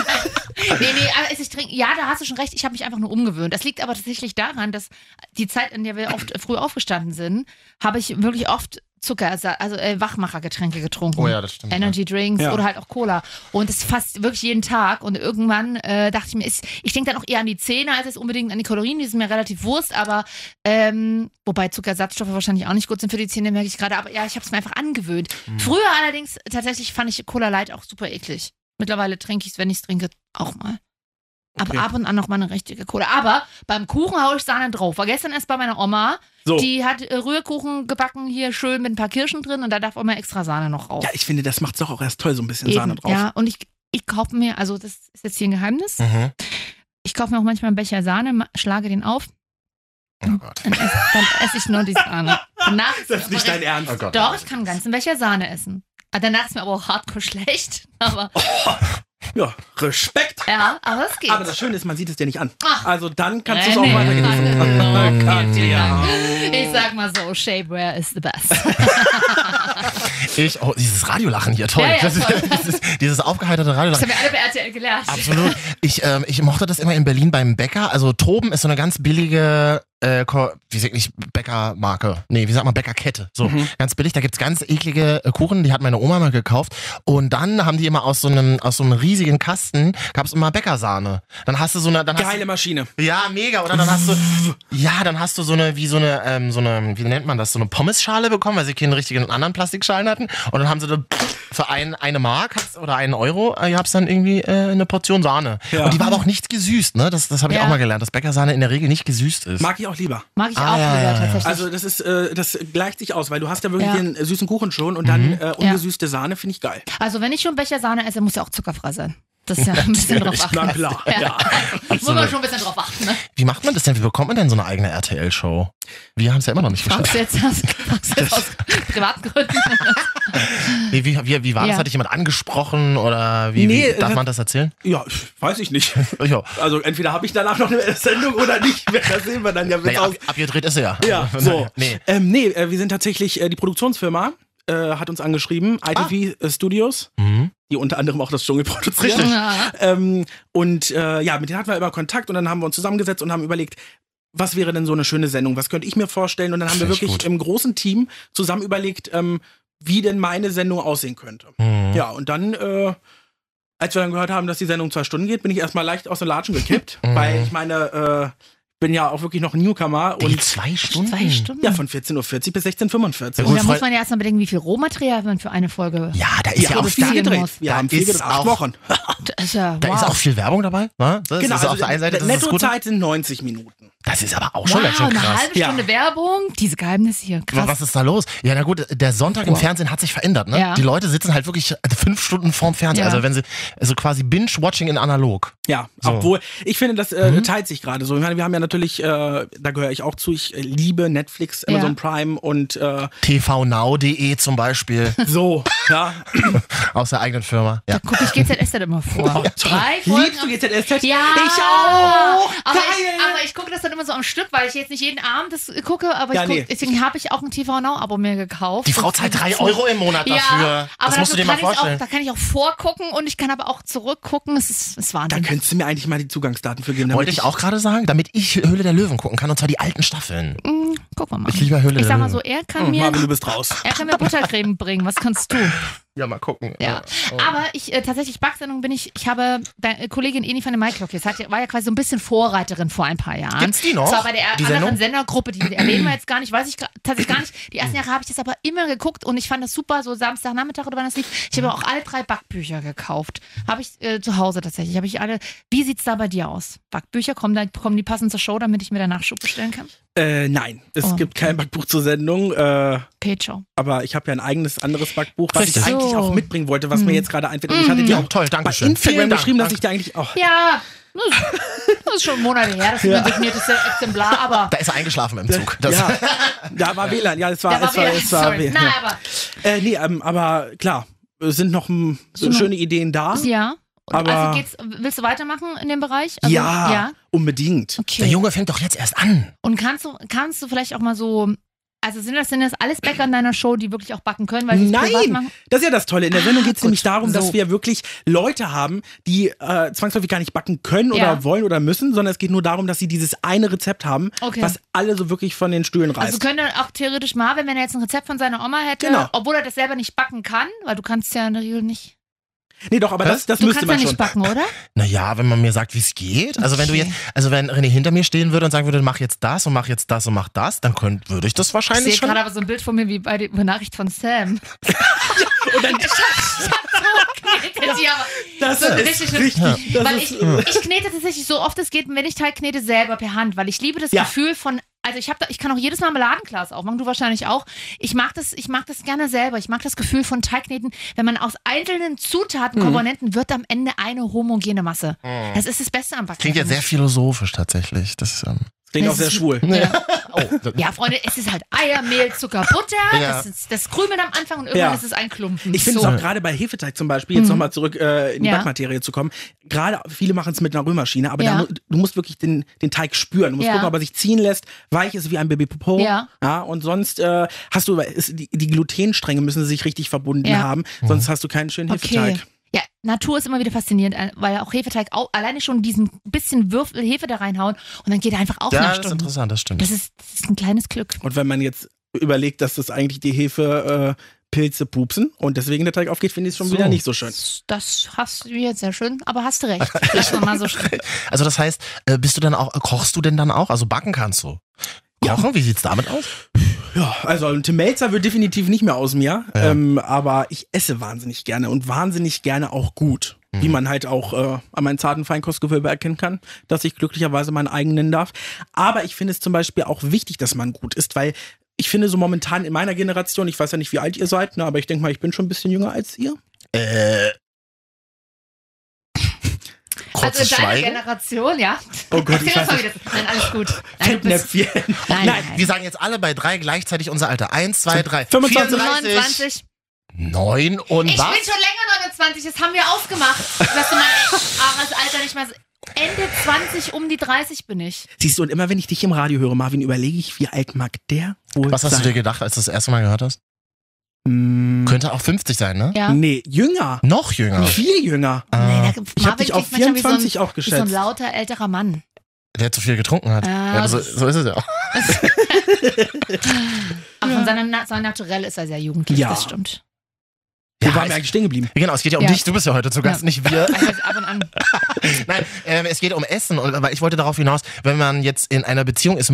nee, aber es- ich trinke, ja, da hast du schon recht, ich habe mich einfach nur umgewöhnt. Das liegt aber tatsächlich daran, dass die Zeit, in der wir oft früh aufgestanden sind, habe ich wirklich oft Zucker, also äh, Wachmachergetränke getrunken. Oh ja, das stimmt. Energy Drinks Ja. oder halt auch Cola. Und es fast wirklich jeden Tag. Und irgendwann äh, dachte ich mir, ist, ich denke dann auch eher an die Zähne als jetzt unbedingt an die Kalorien. Die sind mir relativ Wurst, aber ähm, wobei Zuckersatzstoffe wahrscheinlich auch nicht gut sind für die Zähne, merke ich gerade. Aber ja, ich habe es mir einfach angewöhnt. Hm. Früher allerdings äh, tatsächlich fand ich Cola Light auch super eklig. Mittlerweile trinke ich es, wenn ich es trinke, auch mal. Aber Okay. ab und an noch mal eine richtige Cola. Aber beim Kuchen haue ich Sahne drauf. War gestern erst bei meiner Oma. So. Die hat äh, Rührkuchen gebacken, hier schön mit ein paar Kirschen drin. Und da darf auch mal extra Sahne noch raus. Ja, ich finde, das macht's doch auch erst toll, so ein bisschen Eben, Sahne drauf. Hm. Ja, und ich, ich kaufe mir, also das ist jetzt hier ein Geheimnis, Mhm. ich kaufe mir auch manchmal einen Becher Sahne, ma- schlage den auf, Oh Gott. dann esse, dann esse ich nur die Sahne. Danach Das ist nicht dein Ernst. Oh Gott. Doch, ich kann einen ganzen Becher Sahne essen. Ah, Danach ist mir aber auch hardcore schlecht. (laughs) Aber Ja, Respekt. ja, aber es geht. Aber das Schöne ist, man sieht es dir nicht an. Ach. Also dann kannst du es auch Nee, (laughs) nee. (laughs) weitergehen. Katja. ich sag mal so, Shapewear is the best. Ich, oh, dieses Radiolachen hier, toll. Ja, ja, das ist, voll. das ist, (laughs) dieses aufgeheiterte Das haben Radiolachen. wir alle bei RTL gelernt. Absolut. Ich, ähm, ich mochte das immer in Berlin beim Bäcker. Also Toben ist so eine ganz billige, äh, Ko- wie sag ich, Bäckermarke. Nee, wie sagt man, Bäckerkette. So, ganz billig. Da gibt's ganz eklige äh, Kuchen, die hat meine Oma mal gekauft. Und dann haben die immer aus so einem, aus so einem riesigen Kasten, gab's immer Bäckersahne. Dann hast du so eine, dann hast Geile Maschine. du, ja, mega. Oder dann (laughs) hast du, ja, dann hast du so eine, wie so eine, ähm, so eine, wie nennt man das, so eine Pommesschale bekommen, weil sie keine richtigen anderen Plastikschalen hatten. Und dann haben sie da für ein, eine Mark hat's- oder einen Euro, äh, gab's dann irgendwie äh, eine Portion Sahne. Ja. Und die war aber auch nicht gesüßt, ne? Das, das habe ich Ja. auch mal gelernt, dass Bäckersahne in der Regel nicht gesüßt ist. Mag ich auch lieber. Mag ich Ah, auch ja, lieber ja, ja. tatsächlich. Also das ist, äh, das gleicht sich aus, weil du hast ja wirklich Ja. den äh, süßen Kuchen schon und dann äh, ungesüßte Sahne finde ich geil. Also wenn ich schon Becher Sahne esse, muss ja auch zuckerfrei sein. Das (laughs) ist ja ein bisschen drauf achten. Na klar, ja. Muss man schon ein bisschen drauf achten. Ne? Wie macht man das denn? Wie bekommt man denn so eine eigene RTL-Show? Wir haben's ja immer noch nicht Fragst du geschafft. jetzt, fragst du jetzt (laughs) aus privaten Gründen? Wie, wie, wie, wie war Ja. das? Hat dich jemand angesprochen oder wie, Nee, äh, wie darf das- man das erzählen? Oh, Ja, weiß ich nicht. Ja. Also entweder habe ich danach noch eine Sendung oder nicht. Das sehen wir dann ja mit Naja, ab, aus. abgedreht ist er ja. Ja, Von so. daher, Nee. ähm, nee äh, wir sind tatsächlich, äh, die Produktionsfirma äh, hat uns angeschrieben, Ah. ITV äh, Studios, Mhm. die unter anderem auch das Dschungel produziert. Ja. Ähm, und äh, ja, mit denen hatten wir immer Kontakt und dann haben wir uns zusammengesetzt und haben überlegt, was wäre denn so eine schöne Sendung? Was könnte ich mir vorstellen? Und dann haben wir Finde ich wirklich gut. im großen Team zusammen überlegt, ähm, wie denn meine Sendung aussehen könnte. Mhm. Ja, und dann, äh, als wir dann gehört haben, dass die Sendung zwei Stunden geht, bin ich erstmal leicht aus den Latschen gekippt, Mhm. weil ich meine, äh, bin ja auch wirklich noch ein Newcomer Ey, und zwei Stunden. Zwei Stunden. ja, von 14.40 Uhr bis 16.45 Uhr. gut, Und da Frau- muss man ja erstmal bedenken, wie viel Rohmaterial man für eine Folge. Ja, da ist ja, Ja, auch aber da, viel gedreht. Wir haben viel ist gedreht, acht auch- Wochen. Genau, Das ist ja, wow. Genau, da also also ist auch viel Werbung dabei. Ne? Das ist auf der einen Seite das ist das Nettozeit Gute. sind 90 Minuten. Das ist aber auch schon ganz wow, schön eine krass. halbe Stunde Werbung, diese Geheimnisse hier. Krass. Was ist da los? Ja, na gut, der Sonntag im Wow. Fernsehen hat sich verändert, ne? Ja. Die Leute sitzen halt wirklich fünf Stunden vorm Fernsehen. Ja. Also wenn sie, also quasi Binge-Watching in analog. Ja, So. Mhm. obwohl, ich finde, das äh, teilt sich gerade so. Ich meine, wir haben ja natürlich, äh, da gehöre ich auch zu, ich äh, liebe Netflix, Ja. Amazon Prime und äh, tvnow.de E zum (laughs) Beispiel. So, ja. Aus der eigenen Firma. Ja. Guck, ich GZS dann immer vor. Drei Folgen. Liebst du GZSZ? Ja, Ich auch. Aber ich, aber ich gucke das dann immer so am Stück, weil ich jetzt nicht jeden Abend das gucke, aber ich Ja, guck, nee. deswegen habe ich auch ein TV Now Abo mir gekauft. Die Frau zahlt drei Euro im Monat ja, dafür. Aber Das musst du dir dafür mal kann ich's vorstellen. Auch, da kann ich auch vorgucken und ich kann aber auch zurückgucken. Es ist, es ist Da Wahnsinn. könntest du mir eigentlich mal die Zugangsdaten für geben. damit Wollte ich auch gerade sagen, damit ich Höhle der Löwen gucken kann, und zwar die alten Staffeln. Mm, guck mal. Ich liebe Oh, Höhle Ich der sag mal Löwen. so, er kann mir, du bist raus. er kann mir Buttercreme bringen. Was (laughs) kannst du? Ja, mal gucken. Ja. Oh. Aber ich äh, tatsächlich Backsendung bin ich, ich habe deine Kollegin Eni von der Maiklock, jetzt hat, ja- war ja quasi so ein bisschen Vorreiterin vor ein paar Jahren. Gibt's die noch, Zwar bei der die anderen Sendung? Sendergruppe, die erwähnen wir jetzt gar nicht, weiß ich gra- tatsächlich gar nicht. (clears throat) Die ersten Jahre habe ich das aber immer geguckt und ich fand das super, so Samstagnachmittag oder wann das lief. Ich habe auch alle drei Backbücher gekauft. Habe ich äh, zu Hause tatsächlich. Habe ich alle. Wie sieht's da bei dir aus? Backbücher, kommen, da, kommen die passend zur Show, damit ich mir da Nachschub bestellen kann? Äh, nein, es Oh. gibt kein Backbuch zur Sendung. Äh, Pecho. aber ich habe ja ein eigenes anderes Backbuch, was ich Richtig. eigentlich auch So. mitbringen wollte, was Mhm. mir jetzt gerade einfällt. Und Ich hatte Mhm. dir Ja, auch toll, danke bei schön. Vielen Instagram Dank, geschrieben, dass danke. ich dir eigentlich auch. Ja, das- das ist schon Monate her, das ist Ja. ein signiertes Exemplar, aber. Da ist er eingeschlafen im Zug. Das ja, da war WLAN. Ja, es war, Da war es war, WLAN, es war sorry. WLAN. Nein, ja. aber- Äh, nee, ähm, aber klar, es sind noch m, so Sind noch- schöne Ideen da. Ja. Und Aber also geht's, willst du weitermachen in dem Bereich? Also, ja, ja. unbedingt. Okay. Der Junge fängt doch jetzt erst an. Und kannst du, kannst du vielleicht auch mal so, also sind das, sind das alles Bäcker in deiner Show, die wirklich auch backen können? Weil sie es privat Nein, machen? das ist ja das Tolle. In der Sendung geht es nämlich darum, dass Ah, so. wir wirklich Leute haben, die äh, zwangsläufig gar nicht backen können Ja. oder wollen oder müssen, sondern es geht nur darum, dass sie dieses eine Rezept haben, Okay. was alle so wirklich von den Stühlen reißt. Also könnte auch theoretisch Marvin, wenn er jetzt ein Rezept von seiner Oma hätte, Genau. obwohl er das selber nicht backen kann, weil du kannst ja in der Regel nicht. nee, doch, aber das, das du müsste kannst man ja nicht schon. backen, oder? Naja, wenn man mir sagt, wie es geht. Also wenn du Okay. jetzt, also wenn René hinter mir stehen würde und sagen würde, mach jetzt das und mach jetzt das und mach das, dann könnt, würde ich das ich wahrscheinlich sehe schon. gerade aber so ein Bild von mir wie bei der Nachricht von Sam. (laughs) Und (laughs) dann knete sie aber. Das so eine ist richtige- richtig. Das Weil ist- ich, ich knete tatsächlich so oft es geht, wenn ich Teig knete, selber per Hand, weil ich liebe das Ja. Gefühl von. Also ich habe, ich kann auch jedes Marmeladenglas aufmachen, du wahrscheinlich auch. Ich mag das, ich mag das gerne selber. Ich mag das Gefühl von Teigkneten, wenn man aus einzelnen Zutaten, Mhm. Komponenten wird am Ende eine homogene Masse. Mhm. Das ist das Beste am Backen. Klingt ja sehr philosophisch tatsächlich. Das ähm, Klingt auch sehr schwul. (laughs) Ja. Ja, Freunde, es ist halt Eier, Mehl, Zucker, Butter. Ja. Das, ist, das Krümelt am Anfang und irgendwann Ja. ist es ein Klumpen. Ich finde so. es auch gerade bei Hefeteig zum Beispiel, jetzt Mhm. nochmal zurück äh, in die Ja. Backmaterie zu kommen, gerade viele machen es mit einer Rührmaschine, aber Ja. da, mu- du musst wirklich den, den Teig spüren. Du musst Ja. gucken, ob er sich ziehen lässt, weich ist wie ein Baby Popo. Ja. und sonst äh, hast du, ist, die, die Glutenstränge müssen sich richtig verbunden Ja. haben, sonst hast du keinen schönen Hefeteig. Ja, Natur ist immer wieder faszinierend, äh, weil auch Hefeteig au- alleine schon diesen bisschen Würfel Hefe da reinhauen und dann geht er einfach auch Ja, nach das ist Stunden. interessant, das stimmt. Das ist, das ist ein kleines Glück. Und wenn man jetzt überlegt, dass das eigentlich die Hefe äh, Pilze pupsen und deswegen der Teig aufgeht, finde ich es schon So. wieder nicht so schön. Das hast du jetzt sehr schön, aber hast du (laughs) recht. Lass mal mal so stehen. Also das heißt, äh, bist du dann auch, äh, kochst du denn dann auch? Also backen kannst du. Kochen, wie sieht's damit aus? Ja, also ein Tim Melzer wird definitiv nicht mehr aus mir, ähm, aber ich esse wahnsinnig gerne und wahnsinnig gerne auch gut. Mhm. Wie man halt auch äh, an meinem zarten Feinkostgewölbe erkennen kann, dass ich glücklicherweise meinen eigenen nennen darf. Aber ich finde es zum Beispiel auch wichtig, dass man gut ist, weil ich finde so momentan in meiner Generation, ich weiß ja nicht, wie alt ihr seid, ne, aber ich denke mal, ich bin schon ein bisschen jünger als ihr. Äh. Also in deiner Generation, ja. Oh Gott, ich Erzähl uns weiß mal, wie das- Nein, alles gut. Nein, du (laughs) bist Fettnäpfchen. Nein, nein. wir sagen jetzt alle bei drei gleichzeitig unser Alter. Eins, zwei, drei. 25. 34, 29. Neun und ich was? bin schon länger 29, das haben wir ausgemacht. Dass du (laughs) mein wahres Alter nicht mal. Ende 20, um die 30 bin ich. Siehst du, und immer wenn ich dich im Radio höre, Marvin, überlege ich, wie alt mag der wohl Was hast sein? Hm, du dir gedacht, als du das erste Mal gehört hast? Könnte auch 50 sein, ne? Ja. Nee, jünger. Noch jünger. Viel jünger. Ah, Ich hab dich auf klingt manchmal wie 24 so ein, auch wie So ein geschätzt. lauter älterer Mann. der zu viel getrunken hat. Ah, ja, so, das- so ist es ja auch. Aber von seinem, Na- seinem Naturell ist er sehr jugendlich, Ja. das stimmt. Wo waren wir eigentlich stehen geblieben? Genau, es geht ja um Ja. dich. Du bist ja heute zu Gast, Ja. nicht (laughs) wir. Also ab und an. Nein, ähm, es geht um Essen. Und, aber ich wollte darauf hinaus, wenn man jetzt in einer Beziehung ist,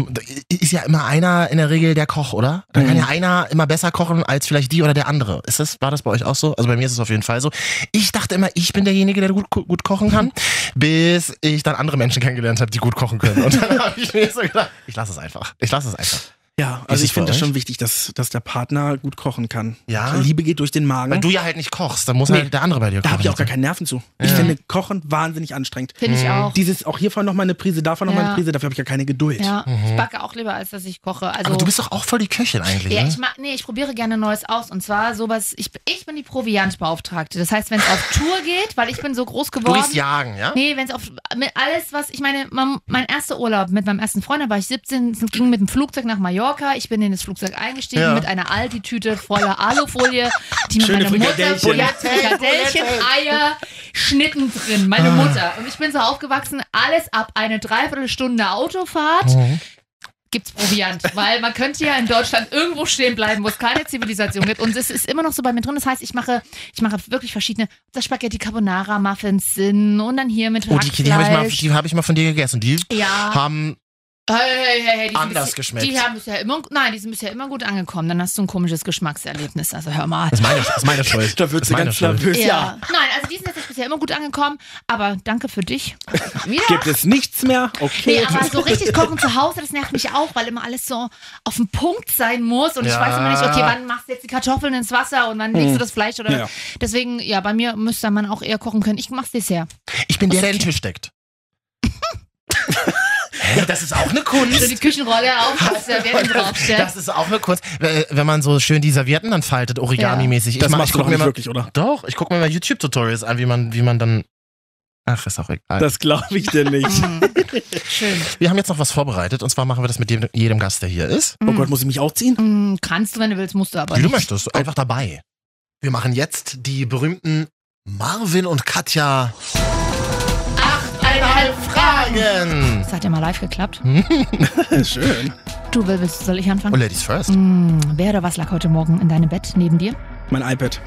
ist ja immer einer in der Regel der Koch, oder? Dann kann ja einer immer besser kochen als vielleicht die oder der andere. Ist das, war das bei euch auch so? Also bei mir ist es auf jeden Fall so. Ich dachte immer, ich bin derjenige, der gut, gut kochen kann, bis ich dann andere Menschen kennengelernt habe, die gut kochen können. Und dann (laughs) habe ich mir so gedacht, ich lasse es einfach. Ich lasse es einfach. Ja, Ist es also ich bei finde das euch? schon wichtig, dass, dass der Partner gut kochen kann. Ja. Liebe geht durch den Magen. Weil du ja halt nicht kochst, dann muss Nee. halt der andere bei dir kochen. Da habe ich auch gar keine Nerven zu. Ich Ja. finde Kochen wahnsinnig anstrengend. Finde Hm. ich auch. Dieses auch hiervon nochmal eine Prise, davon nochmal Ja. eine Prise, dafür habe ich ja keine Geduld. Ja, ich backe auch lieber, als dass ich koche. Also, Mhm. Aber du bist doch auch voll die Köchin eigentlich, ja, ne? ich mag, nee, ich probiere gerne Neues aus. Und zwar sowas, ich, ich bin die Proviantbeauftragte. Das heißt, wenn es auf Tour geht, weil ich bin so groß Du geworden. gehst jagen, ja? Nee, wenn es auf mit alles, was ich meine, mein, mein erster Urlaub mit meinem ersten Freund, da war ich 17, es ging mit dem Flugzeug nach Mallorca. Ich bin in das Flugzeug eingestiegen Ja. mit einer Aldi-Tüte voller Alufolie, die mit Schöne meiner Mutter, Frikadellchen. ja, Frikadellchen, Eier, Schnitten drin, meine Mutter. Und ich bin so aufgewachsen, alles ab eine Dreiviertelstunde Autofahrt gibt's Proviant, weil man könnte ja in Deutschland irgendwo stehen bleiben, wo es keine Zivilisation gibt. Und es ist immer noch so bei mir drin. Das heißt, ich mache, ich mache wirklich verschiedene, ob das Spaghetti Carbonara Muffins sind und dann hier mit Oh, die, die habe ich, mal- Hackfleisch. die hab ich mal von dir gegessen. Die ja. haben Hey, hey, hey, hey, die sind Anders bisher- geschmeckt. Die haben bisher immer, nein, die sind bisher immer gut angekommen. Dann hast du ein komisches Geschmackserlebnis. Also hör mal. Das ist meine, das (laughs) ist meine Schuld. Da wird Das sie ist meine ganz Schuld. nervös. Ja. Nein, also die sind jetzt bisher immer gut angekommen. Aber danke (laughs) für dich. Wieder. Gibt es nichts mehr? Okay. Nee, aber so richtig kochen zu Hause, das nervt mich auch, weil immer alles so auf den Punkt sein muss. Und ich Ja. Hm. weiß immer nicht, okay, wann machst du jetzt die Kartoffeln ins Wasser und wann legst du das Fleisch oder. Ja. Deswegen, ja, bei mir müsste man auch eher kochen können. Ich mach's Dessert. Ich bin der, der den Tisch deckt. (laughs) Hä, das ist auch eine So Kunst. die Küchenrolle auf, das Servietten (laughs) Das draufstellt. ist auch eine Kunst. Weil, Wenn man so schön die Servietten dann faltet, Origami-mäßig. das mach- machst du guck doch mir nicht mal, wirklich, oder? Doch, ich gucke mir mal YouTube-Tutorials an, wie man, wie man dann. Ach, ist auch egal. Das glaube ich dir (laughs) nicht. Mhm. Oh Schön. wir haben jetzt noch was vorbereitet und zwar machen wir das mit dem, jedem Gast, der hier ist. Oh Gott, muss ich mich (laughs) aufziehen? Mm, kannst du, wenn du willst, musst du aber Wie du nicht. möchtest, einfach dabei. Wir machen jetzt die berühmten Marvin und Katja Eineinhalb Fragen. Fragen. Das hat ja mal live geklappt. Hm. Schön. Du, wer bist, soll ich Oh, anfangen? Ladies first. Mm, wer oder was lag heute Morgen in deinem Bett neben dir? Mein iPad.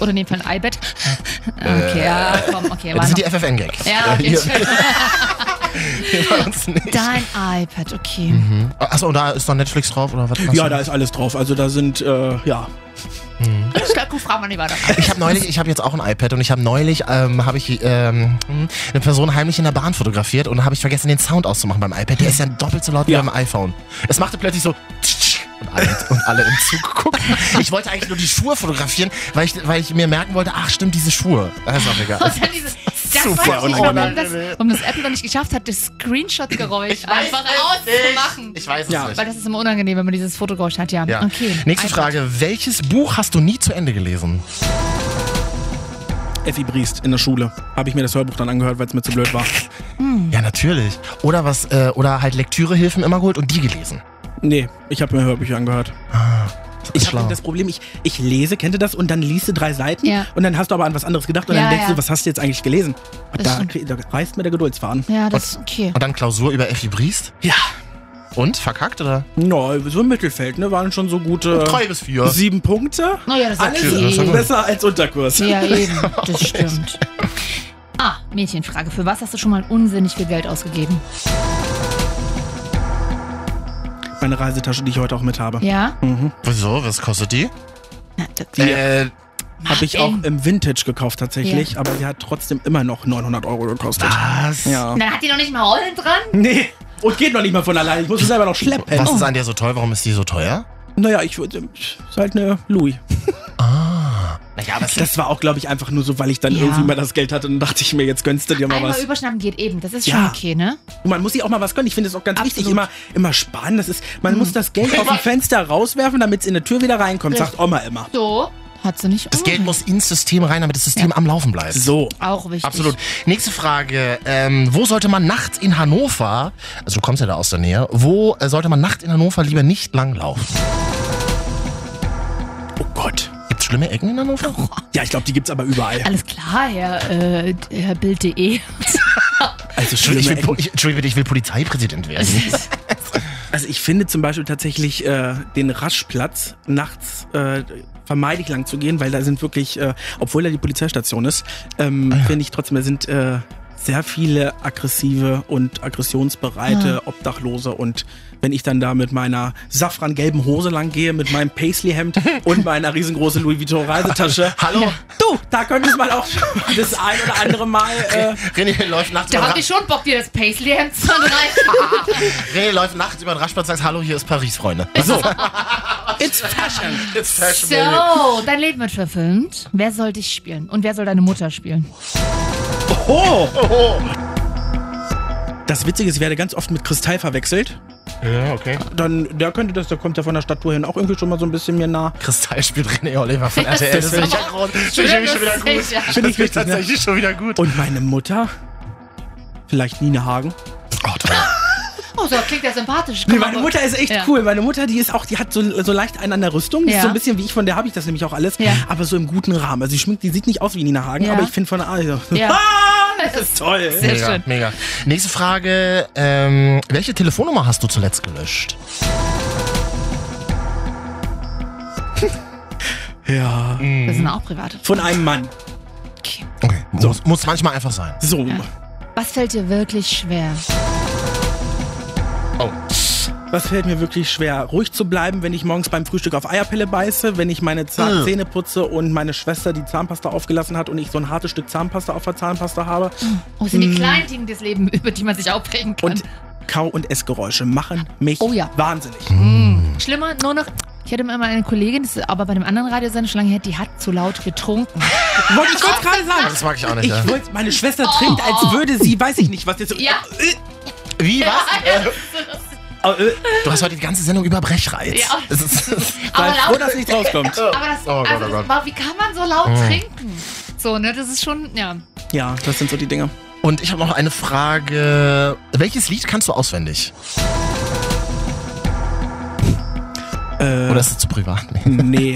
Oder in dem Fall ein iBett? Okay, ja, komm, okay. Das war Äh. sind die noch- FFN-Gags. (laughs) ja, okay, Hier, schön. hier bei uns nicht. Dein iPad, okay. Mhm. Achso, und da ist noch Netflix drauf oder was? Ja, da ist alles drauf. Also da sind, äh, ja. Ich glaube, du fragst mal nicht weiter. Ich habe neulich, ich habe jetzt auch ein iPad und ich habe neulich, ähm, habe ich ähm, eine Person heimlich in der Bahn fotografiert und habe ich vergessen, den Sound auszumachen beim iPad. Der ist ja doppelt so laut Ja. wie beim iPhone. Es machte plötzlich so und alle, und alle im Zug gucken. Ich wollte eigentlich nur die Schuhe fotografieren, weil ich, weil ich mir merken wollte, ach stimmt, diese Schuhe. Das ist auch egal. Und dann dieses, (laughs) das Super weiß ich, warum unangenehm. das, warum das Apple noch nicht geschafft hat, das Screenshot-Geräusch einfach auszumachen. Ich weiß es Ja. nicht. Weil das ist immer unangenehm, wenn man dieses Fotogeräusch hat, ja. Ja. Okay. Nächste iPad. Frage. Welches Buch hast du nie zu Ende gelesen? Effi Briest in der Schule. Habe ich mir das Hörbuch dann angehört, weil es mir zu blöd war. Ja, natürlich. Oder was, äh, oder halt Lektürehilfen immer geholt und die gelesen. Nee, ich habe mir Hörbücher angehört. ist Ich schlau. habe das Problem, ich, ich lese, kennt ihr das? Und dann liest du drei Seiten Ja. und dann hast du aber an was anderes gedacht und Ja, dann denkst ja. du, was hast du jetzt eigentlich gelesen? Und Das da, da reißt mir der Geduldsfaden. Ja, das ist okay. Und dann Klausur über Effi Briest? Ja. Und? Verkackt oder? No, so im Mittelfeld, ne? Waren schon so gute Drei bis vier. sieben Punkte. Na ja, das ist Alles okay. okay. besser als Unterkurs. Ja, eben. (laughs) Oh, Das stimmt. Ah, Mädchenfrage. Für was hast du schon mal unsinnig viel Geld ausgegeben? Meine Reisetasche, die ich heute auch mit habe. Ja? Wieso? Was kostet die? Na, das- Äh, Habe ich auch Marvin. im Vintage gekauft tatsächlich, aber die hat trotzdem immer noch 900 Euro gekostet. was? Ja. Dann hat die noch nicht mal Rollen dran? Nee. Und geht noch nicht mal von alleine. Ich muss es selber noch schleppen. Was ist an der so toll? Warum ist die so teuer? Naja, ich würde. Ist halt eine Louis. Naja, aber Das war auch, glaube ich, einfach nur so, weil ich dann Ja. irgendwie mal das Geld hatte und dann dachte ich mir, jetzt gönnst du dir mal Einmal was. überschnappen geht eben. Das ist schon Ja. okay, ne? Und man muss sich auch mal was gönnen. Ich finde es auch ganz wichtig, Absolut. Mhm. immer, immer sparen. Das ist, man muss das Geld (laughs) aus dem Fenster rauswerfen, damit es in der Tür wieder reinkommt, sagt Oma immer. So. Hat sie nicht. Oh. das Geld muss ins System rein, damit das System am Laufen bleibt. So. Auch wichtig. Absolut. Nächste Frage. Ähm, wo sollte man nachts in Hannover, also du kommst ja da aus der Nähe, wo äh, sollte man nachts in Hannover lieber nicht langlaufen? Oh Gott. Also Gibt's schlimme Ecken in Hannover? Ja, ich glaube, die gibt's aber überall. Alles klar, Herr, äh, Herr Bild.de. Also Ich will, schlimme Po- Ecken. ich, Entschuldigung, bitte, ich will Polizeipräsident (laughs) werden. Also ich finde zum Beispiel tatsächlich äh, den Raschplatz nachts äh, vermeide ich lang zu gehen, weil da sind wirklich, äh, obwohl da die Polizeistation ist, ähm, finde ich trotzdem, da sind äh, sehr viele aggressive und aggressionsbereite Obdachlose und wenn ich dann da mit meiner safrangelben Hose lang gehe, mit meinem Paisley-Hemd und meiner riesengroßen Louis Vuitton-Reisetasche. Hallo? Du, da könntest man auch schon das ein oder andere Mal äh, René läuft nachts Da über hab den ich schon Bock, dir das Paisley-Hemd zu anreißen. Ra- René läuft nachts über den Raschplatz und sagt, hallo, hier ist Paris, Freunde. So. It's Fashion. It's fashion, baby. so, dein Leben wird verfilmt. Wer soll dich spielen? Und wer soll deine Mutter spielen? Oh. Das Witzige ist, ich werde ganz oft mit Kristall verwechselt. Ja, okay. Dann, der könnte das, der kommt ja von der Statur hin auch irgendwie schon mal so ein bisschen mir nah. Kristall spielt René Oliver von RTL. Das finde ich ja groß. Das Finde ich irgendwie schon wieder (laughs) gut. Sicher. Das Finde ich richtig, ne? tatsächlich schon wieder gut. Und meine Mutter? Vielleicht Nina Hagen? Oh, toll. Oh, so klingt ja sympathisch. Nee, meine Mutter ist echt Ja. cool. Meine Mutter, die ist auch, die hat so, so leicht einen an der Rüstung. Die Ja. Ist so ein bisschen wie ich, von der habe ich das nämlich auch alles. Ja. Aber so im guten Rahmen. Also sie schminkt, die sieht nicht aus wie Nina Hagen, Ja. aber ich finde von der also, Ja. (laughs) Ah, das ist toll. Sehr mega, schön. mega. Nächste Frage. Ähm, welche Telefonnummer hast du zuletzt gelöscht? Ja. Das sind auch private. Von einem Mann. Okay. Muss, muss manchmal einfach sein. So. Was fällt dir wirklich schwer? Was fällt mir wirklich schwer? Ruhig zu bleiben, wenn ich morgens beim Frühstück auf Eierpelle beiße, wenn ich meine Zahn Ugh. Zähne putze und meine Schwester die Zahnpasta aufgelassen hat und ich so ein hartes Stück Zahnpasta auf der Zahnpasta habe. Oh, es sind die kleinen Dinge des Lebens, (laughs) über die man sich aufregen kann. Und Kau- und Essgeräusche machen mich Oh ja. wahnsinnig. Mhm. Schlimmer, nur noch. Ich hatte mal eine Kollegin, das ist aber bei einem anderen Radiosender schon lange her, die hat zu laut getrunken. Wollte ich kurz gerade sagen. Das mag ich auch nicht. Ich ja. Oh, wollte, meine Schwester trinkt, als würde sie, weiß ich nicht, was jetzt. Ja. (laughs) Wie, was? Äh, äh, Du hast heute die ganze Sendung über Brechreiz. Ja. Das ist, sei Aber froh, laut. dass nichts rauskommt. Aber das, Oh Gott, also, oh das Gott. war, wie kann man so laut trinken? So, ne, das ist schon, ja. Ja, das sind so die Dinge. Und ich habe noch eine Frage. Welches Lied kannst du auswendig? Äh, Oder ist es zu privat? Nee. Nee.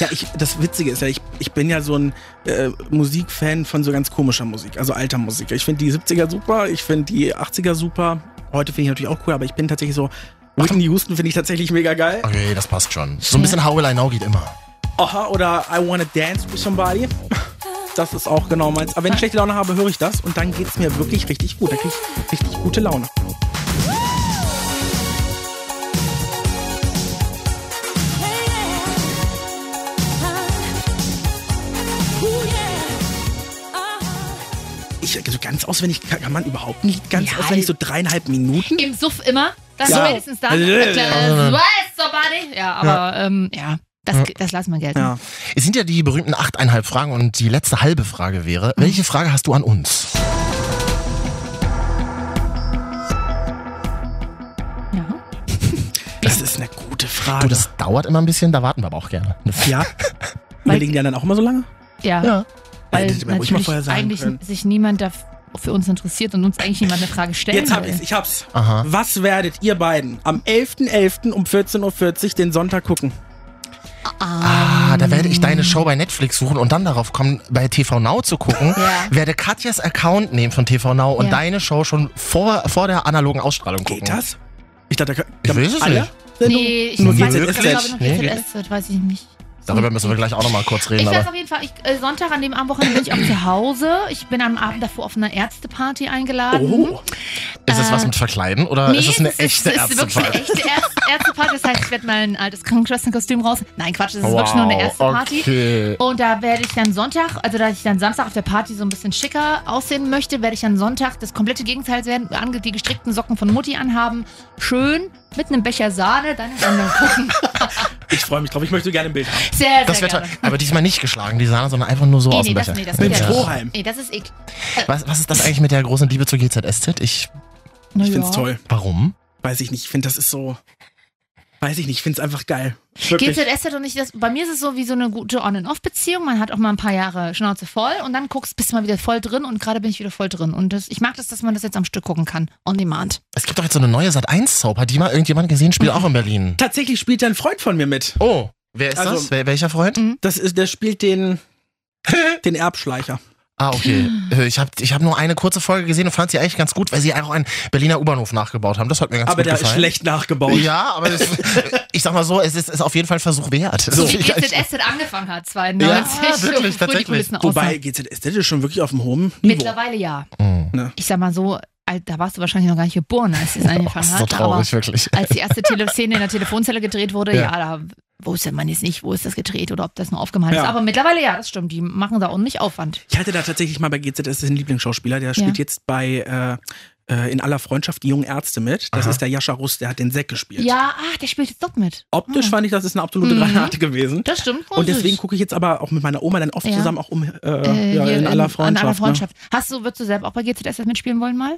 Ja, ich, das Witzige ist ja, ich, ich bin ja so ein äh, Musikfan von so ganz komischer Musik, also alter Musik. Ich finde die 70er super, ich finde die 80er super. Heute finde ich natürlich auch cool, aber ich bin tatsächlich so. Whitney Houston finde ich tatsächlich mega geil. Okay, das passt schon. So ein bisschen How Will I Now geht immer. Aha, oder I Wanna Dance with Somebody. Das ist auch genau meins. Aber wenn ich schlechte Laune habe, höre ich das und dann geht's mir wirklich richtig gut. Da kriege ich richtig gute Laune. Ich, also ganz auswendig kann kann man überhaupt nicht ganz Ja, auswendig so dreieinhalb Minuten. Im Suff immer, dann Ja. spätestens dann. Ja. äh, klar, Sweat somebody. Ja, aber, ähm, ja, das, das lassen wir gelten. Ja. Es sind ja die berühmten achteinhalb Fragen und die letzte halbe Frage wäre, welche Frage hast du an uns? Ja. Das ist eine gute Du, Frage. das dauert immer ein bisschen, da warten wir aber auch gerne. ja. (laughs) Überlegen die dann auch immer so lange? Ja, Ja. weil hätte ich mir ruhig mal natürlich vorher sagen eigentlich können. sich niemand da für uns interessiert und uns eigentlich niemand eine Frage stellen Jetzt hab will. ich's, ich hab's. Aha. Was werdet ihr beiden am 11.11. um 14.40 Uhr den Sonntag gucken? Ah, da werde ich deine Show bei Netflix suchen und dann darauf kommen, bei TV Now zu gucken. Ja. Werde Katjas Account nehmen von TV Now und Ja. deine Show schon vor, vor der analogen Ausstrahlung gucken. Geht das? Ich dachte, da können Ich weiß es alle nicht. Sendungen- Nee, ich um- Nur weiß GZSZ. nicht, ich glaube noch Nee, GZSZ, weiß ich nicht. Darüber müssen wir gleich auch nochmal kurz Ich reden. weiß Aber auf jeden Fall, ich, äh, Sonntag an dem Abend Wochenende bin ich auch zu Hause. Ich bin am Abend davor auf einer Ärzteparty eingeladen. Oh, ist es was mit Verkleiden oder ist Äh, es eine echte Äh, es ist wirklich eine Ärzteparty? echte Ärz- Ärzteparty. Das heißt, ich werde mein altes Krankenschwesternkostüm raus. Nein, Quatsch, es ist wirklich nur eine Ärzteparty. okay. Und da werde ich dann Sonntag, also da ich dann Samstag auf der Party so ein bisschen schicker aussehen möchte, werde ich dann Sonntag das komplette Gegenteil werden, ange- die gestrickten Socken von Mutti anhaben. Schön mit einem Becher Sahne, deine Sendung gucken. ich freue mich drauf. Ich möchte gerne ein Bild haben. (laughs) Sehr, sehr Das wäre toll. gerne. Aber diesmal nicht geschlagen, die Sahne, sondern einfach nur so Nee, aus nee, dem das, Becher. nee, das Mit geht ja nicht. Strohhalm. Nee, das ist eklig. was, was ist das eigentlich mit der großen Liebe zur GZSZ? Ich, Na Ich find's ja. toll. warum? Weiß ich nicht. Ich finde, das ist so. Weiß ich nicht. Ich finde es einfach geil. Wirklich. GZSZ und ich, das, bei mir ist es so wie so eine gute On-and-Off-Beziehung. Man hat auch mal ein paar Jahre Schnauze voll und dann guckst, bist du mal wieder voll drin und gerade bin ich wieder voll drin. Und das, ich mag das, dass man das jetzt am Stück gucken kann. On Demand. Es gibt doch jetzt so eine neue Sat1-Soap. Hat die mal irgendjemand gesehen? Spielt auch in Berlin. Tatsächlich spielt da ein Freund von mir Hm? mit. Oh, wer ist Also- das? Wer, welcher Freund? (laughs) Das ist, der spielt den. den Erbschleicher. Ah, okay. Äh, Ich habe ich hab nur eine kurze Folge gesehen und fand sie eigentlich ganz gut, weil sie auch einen Berliner U-Bahnhof nachgebaut haben. Das hat mir ganz Aber gut der gefallen. ist schlecht nachgebaut. Ja, aber das, (laughs) ich sag mal so, es ist, ist auf jeden Fall ein Versuch wert. (laughs) So Das wie ist gar nicht- GZSZ angefangen hat, 92. Ja, wirklich, wo die tatsächlich. Kulissen Wobei aussahen. GZSZ ist schon wirklich auf dem hohen Niveau. Mittlerweile ja. Mm. Ne? Ich sag mal so, alt- da warst du wahrscheinlich noch gar nicht geboren, (laughs) als sie es angefangen ist hat. so traurig, wirklich. Aber als die erste Teleszene in der Telefonzelle gedreht wurde, Ja. ja, da wusste man jetzt nicht, wo ist das gedreht oder ob das nur aufgemalt Ja. ist. Aber mittlerweile ja, das stimmt. Die machen da ordentlich Aufwand. Ich hatte da tatsächlich mal bei GZSZ einen Lieblingsschauspieler, der Ja. spielt jetzt bei äh, äh, In aller Freundschaft die jungen Ärzte mit. Das Aha. ist der Jascha Russ, der hat den Sack gespielt. Ja, ah, der spielt jetzt doch mit. Optisch fand ich, das ist eine absolute Mhm. Granate gewesen. Das stimmt. Und deswegen süß. gucke ich jetzt aber auch mit meiner Oma dann oft Ja. zusammen auch um äh, Äh, ja, hier in, aller Freundschaft. In aller Freundschaft. hm. Hast du, würdest du selbst auch bei GZSZ mitspielen wollen mal?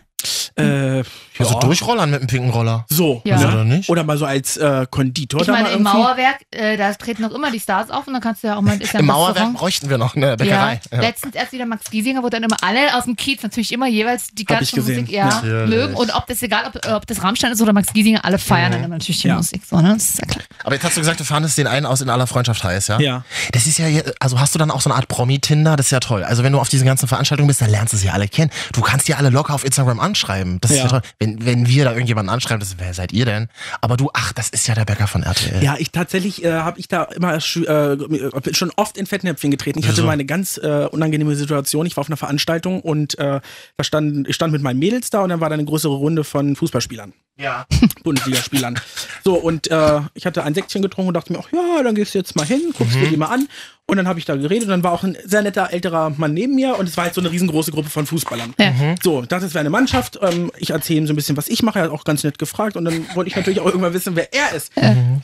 Ne? Äh, Also ja. durchrollern mit dem pinken Roller. So, Ja. Oder ne? nicht? Oder mal so als äh, Konditor Ich da meine, mal im irgendwie. Mauerwerk, äh, da treten noch immer die Stars auf und dann kannst du ja auch mal. Ist ja ein Im Mauerwerk Restaurant. bräuchten wir noch eine Bäckerei. Ja. Letztens erst wieder Max Giesinger, wo dann immer alle aus dem Kiez natürlich immer jeweils die Hab ich ganze gesehen. Musik ja, Ja. mögen. Und ob das egal, ob, ob das Rammstein ist oder Max Giesinger, alle feiern dann immer natürlich die Ja. Musik. So, ne? Das ist ja klar. Aber jetzt hast du gesagt, du fandest den einen aus in aller Freundschaft heiß, ja? Ja. Das ist ja, je- also hast du dann auch so eine Art Promi-Tinder? Das ist ja toll. Also wenn du auf diesen ganzen Veranstaltungen bist, dann lernst du sie ja alle kennen. Du kannst die alle locker auf Instagram anschreiben. Das ist Ja. ja toll. Wenn, wenn wir da irgendjemanden anschreiben, das, wer seid ihr denn? Aber du, ach, das ist ja der Bäcker von RTL. Ja, ich tatsächlich äh, habe ich da immer schü- äh, schon oft in Fettnäpfchen getreten. Ich hatte Wieso? mal eine ganz äh, unangenehme Situation. Ich war auf einer Veranstaltung und äh, da stand, ich stand mit meinen Mädels da und dann war da eine größere Runde von Fußballspielern. Ja. Bundesligaspielern. So, und äh, ich hatte ein Säckchen getrunken und dachte mir, ach ja, dann gehst du jetzt mal hin, guckst dir die mal an. Und dann habe ich da geredet und dann war auch ein sehr netter älterer Mann neben mir und es war halt so eine riesengroße Gruppe von Fußballern. Ja. So, ich dachte, es wäre eine Mannschaft. Ähm, ich erzähle ihm so ein bisschen, was ich mache. Er hat auch ganz nett gefragt und dann wollte ich natürlich auch irgendwann wissen, wer er ist.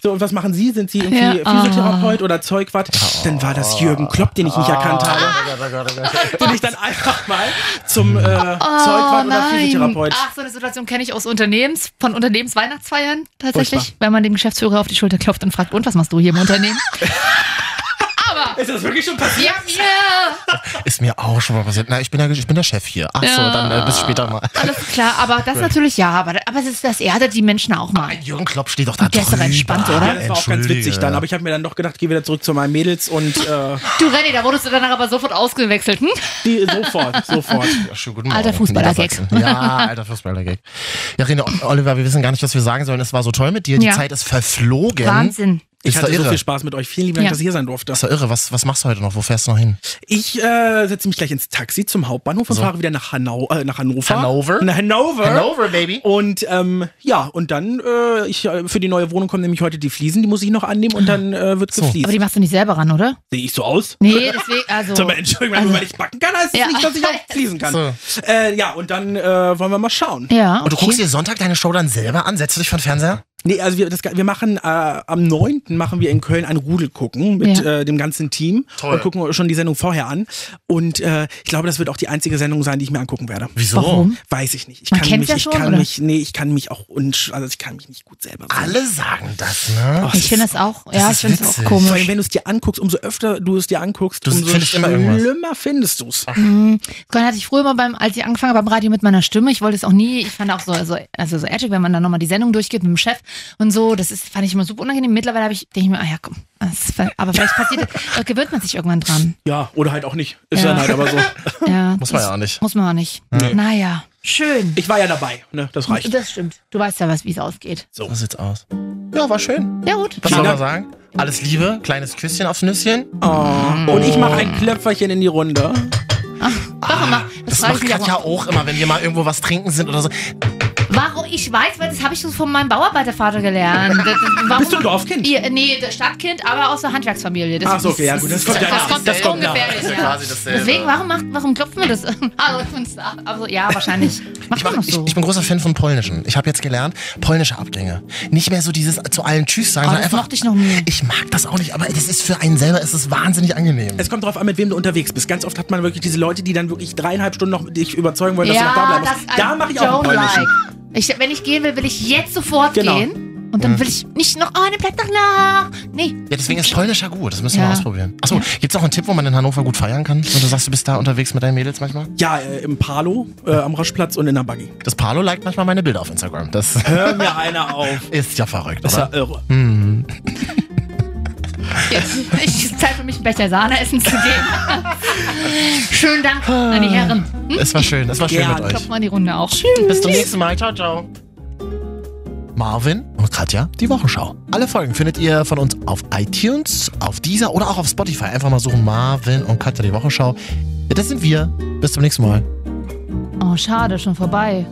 So, und was machen Sie? Sind Sie irgendwie Ja, ah. Physiotherapeut oder Zeugwart? Dann war das Jürgen Klopp, den ich nicht erkannt habe. Den ich dann einfach mal Oh, zum äh, Zeugwart oder Physiotherapeut. Ach, so eine Situation kenne ich aus Unternehmens, von Unternehmensweihnachtsfeiern tatsächlich, wenn man dem Geschäftsführer auf die Schulter klopft und fragt, und was machst du hier im (laughs) Unternehmen? Ist das wirklich schon passiert? ja, ja, Ist mir auch schon mal passiert. Na, ich bin der, ich bin der Chef hier. Ach so, Ja. dann äh, bis später mal. alles klar, aber das natürlich ja, aber, aber es ist, das erdet die Menschen auch mal. Ein Jürgen Klopp steht doch da Der ist aber drüber. entspannt, oder? Ja, das war auch ganz Ah, Entschuldige. witzig dann, aber ich habe mir dann doch gedacht, geh wieder zurück zu meinen Mädels und äh, Du Renny, da wurdest du danach aber sofort ausgewechselt, hm? die (laughs) sofort, sofort. Ja, schönen guten Alter Morgen, Fußballer-Gag. Niedersachsen. Ja, alter Fußballer-Gag. Ja, Rene, Oliver, wir wissen gar nicht, was wir sagen sollen. Es war so toll mit dir. Die Ja. Zeit ist verflogen. Wahnsinn. Ich Ist doch hatte so irre. viel Spaß mit euch. Vielen lieben Dank, Ja. dass ich hier sein durfte. ist doch irre. Was, was machst du heute noch? Wo fährst du noch hin? Ich äh, setze mich gleich ins Taxi zum Hauptbahnhof und fahre wieder nach, Hanau äh, nach Hannover. Hannover? Na, Hannover. baby. Und ähm, ja, und dann äh, ich, äh, für die neue Wohnung kommen nämlich heute die Fliesen, die muss ich noch annehmen und dann äh, wird gefliest. Aber die machst du nicht selber ran, oder? Sehe ich so aus? Nee, deswegen, also. Sag mal, Entschuldigung, wenn man nicht backen kann, heißt das Ja. nicht, dass ich auch fließen (laughs) kann. So. Äh, ja, und dann äh, wollen wir mal schauen. Ja. Und du okay. guckst dir Sonntag deine Show dann selber an? Setzt du dich vor den Fernseher? Nee, also wir, das, wir machen äh, am 9. machen wir in Köln ein Rudel gucken mit Ja. äh, dem ganzen Team Toll. und gucken schon die Sendung vorher an. Und äh, ich glaube, das wird auch die einzige Sendung sein, die ich mir angucken werde. Wieso? Warum? Weiß ich nicht. Ich Man kann kennt's mich, ja ich schon, kann oder? mich, nee, ich kann mich auch unsch, also ich kann mich nicht gut selber sehen. Alle sagen das, ne? Ich finde das auch, Das ja, ist ich finde es auch witzig. Vor allem, komisch. wenn du es dir anguckst, umso öfter du es dir anguckst, Du umso findest immer irgendwas. schlimmer findest du es. Dann hatte ich früher mal beim, als ich angefangen habe beim Radio mit meiner Stimme, ich wollte es auch nie, ich fand auch so, also, also so edgy, wenn man dann nochmal die Sendung durchgeht mit dem Chef und so, das ist, fand ich immer super unangenehm. Mittlerweile habe ich, denke ich mir, ah ja, komm, das, ist ver- aber vielleicht passiert, das- gewöhnt man sich irgendwann dran. Ja, oder halt auch nicht. Ist Ja. dann halt aber so. Ja, Muss man das ja auch nicht. Muss man auch nicht. Naja, schön. Ich war ja dabei, ne? Das reicht. Das stimmt. Du weißt ja, was, wie es ausgeht. So sieht's aus. Ja, war schön. Ja, gut. Was soll Vielen man sagen? Alles Liebe, kleines Küsschen aufs Nüsschen. Und ich mache ein Klöpferchen in die Runde. Warum Ah, mach, Das, frage ich macht mich Katja auch. auch immer, wenn wir mal irgendwo was trinken sind oder so. Warum? Ich weiß, weil das habe ich so von meinem (laughs) Bauarbeitervater gelernt. Das- das- Warum Bist du ein Dorfkind? Ihr, nee, das Stadtkind, aber aus der Handwerksfamilie. Das Ach so, okay, ja, gut, das kommt ja das nach. kommt, Das kommt nach. ungefähr hin, Das ist ja ja. quasi dasselbe. Deswegen, warum, macht, warum klopfen wir das? (laughs) Also, uns nach. also ja, wahrscheinlich. Macht Ich, man mach, noch ich, so. ich bin großer Fan von Polnischen. Ich habe jetzt gelernt, polnische Abgänge. Nicht mehr so dieses zu allen Tschüss sagen, Oh, sondern das einfach. mochte ich noch nie. Ich mag das auch nicht, aber das ist für einen selber, es ist wahnsinnig angenehm. Es kommt darauf an, mit wem du unterwegs bist. Ganz oft hat man wirklich diese Leute, die dann wirklich dreieinhalb Stunden noch dich überzeugen wollen, dass du noch da ja, bleiben das musst. Da I mache ich auch einen don't polnischen. Ich, wenn ich gehen will, will ich jetzt sofort Genau. gehen. Und dann will ich nicht noch, oh, ne, bleibt doch nach. Nee. Ja, deswegen ist polnischer gut. Das müssen wir Ja. mal ausprobieren. Achso, gibt's auch einen Tipp, wo man in Hannover gut feiern kann? Wenn du sagst, du bist da unterwegs mit deinen Mädels manchmal? Ja, äh, im Palo, äh, am Raschplatz und in der Buggy. Das Palo liked manchmal meine Bilder auf Instagram. Das Hör mir einer auf. ist ja verrückt, Das ist oder? ja irre. (laughs) Jetzt ist Zeit für mich, einen Becher Sahne essen zu gehen. Schönen Dank an die Herren. Es war schön, es war schön Gerne. mit euch. Klopft mal in die Runde auch. Bis zum nächsten Mal. Ciao, ciao. Marvin und Katja, die Wochenschau. Alle Folgen findet ihr von uns auf iTunes, auf Deezer oder auch auf Spotify. Einfach mal suchen Marvin und Katja, die Wochenschau. Das sind wir. Bis zum nächsten Mal. Oh, schade, schon vorbei.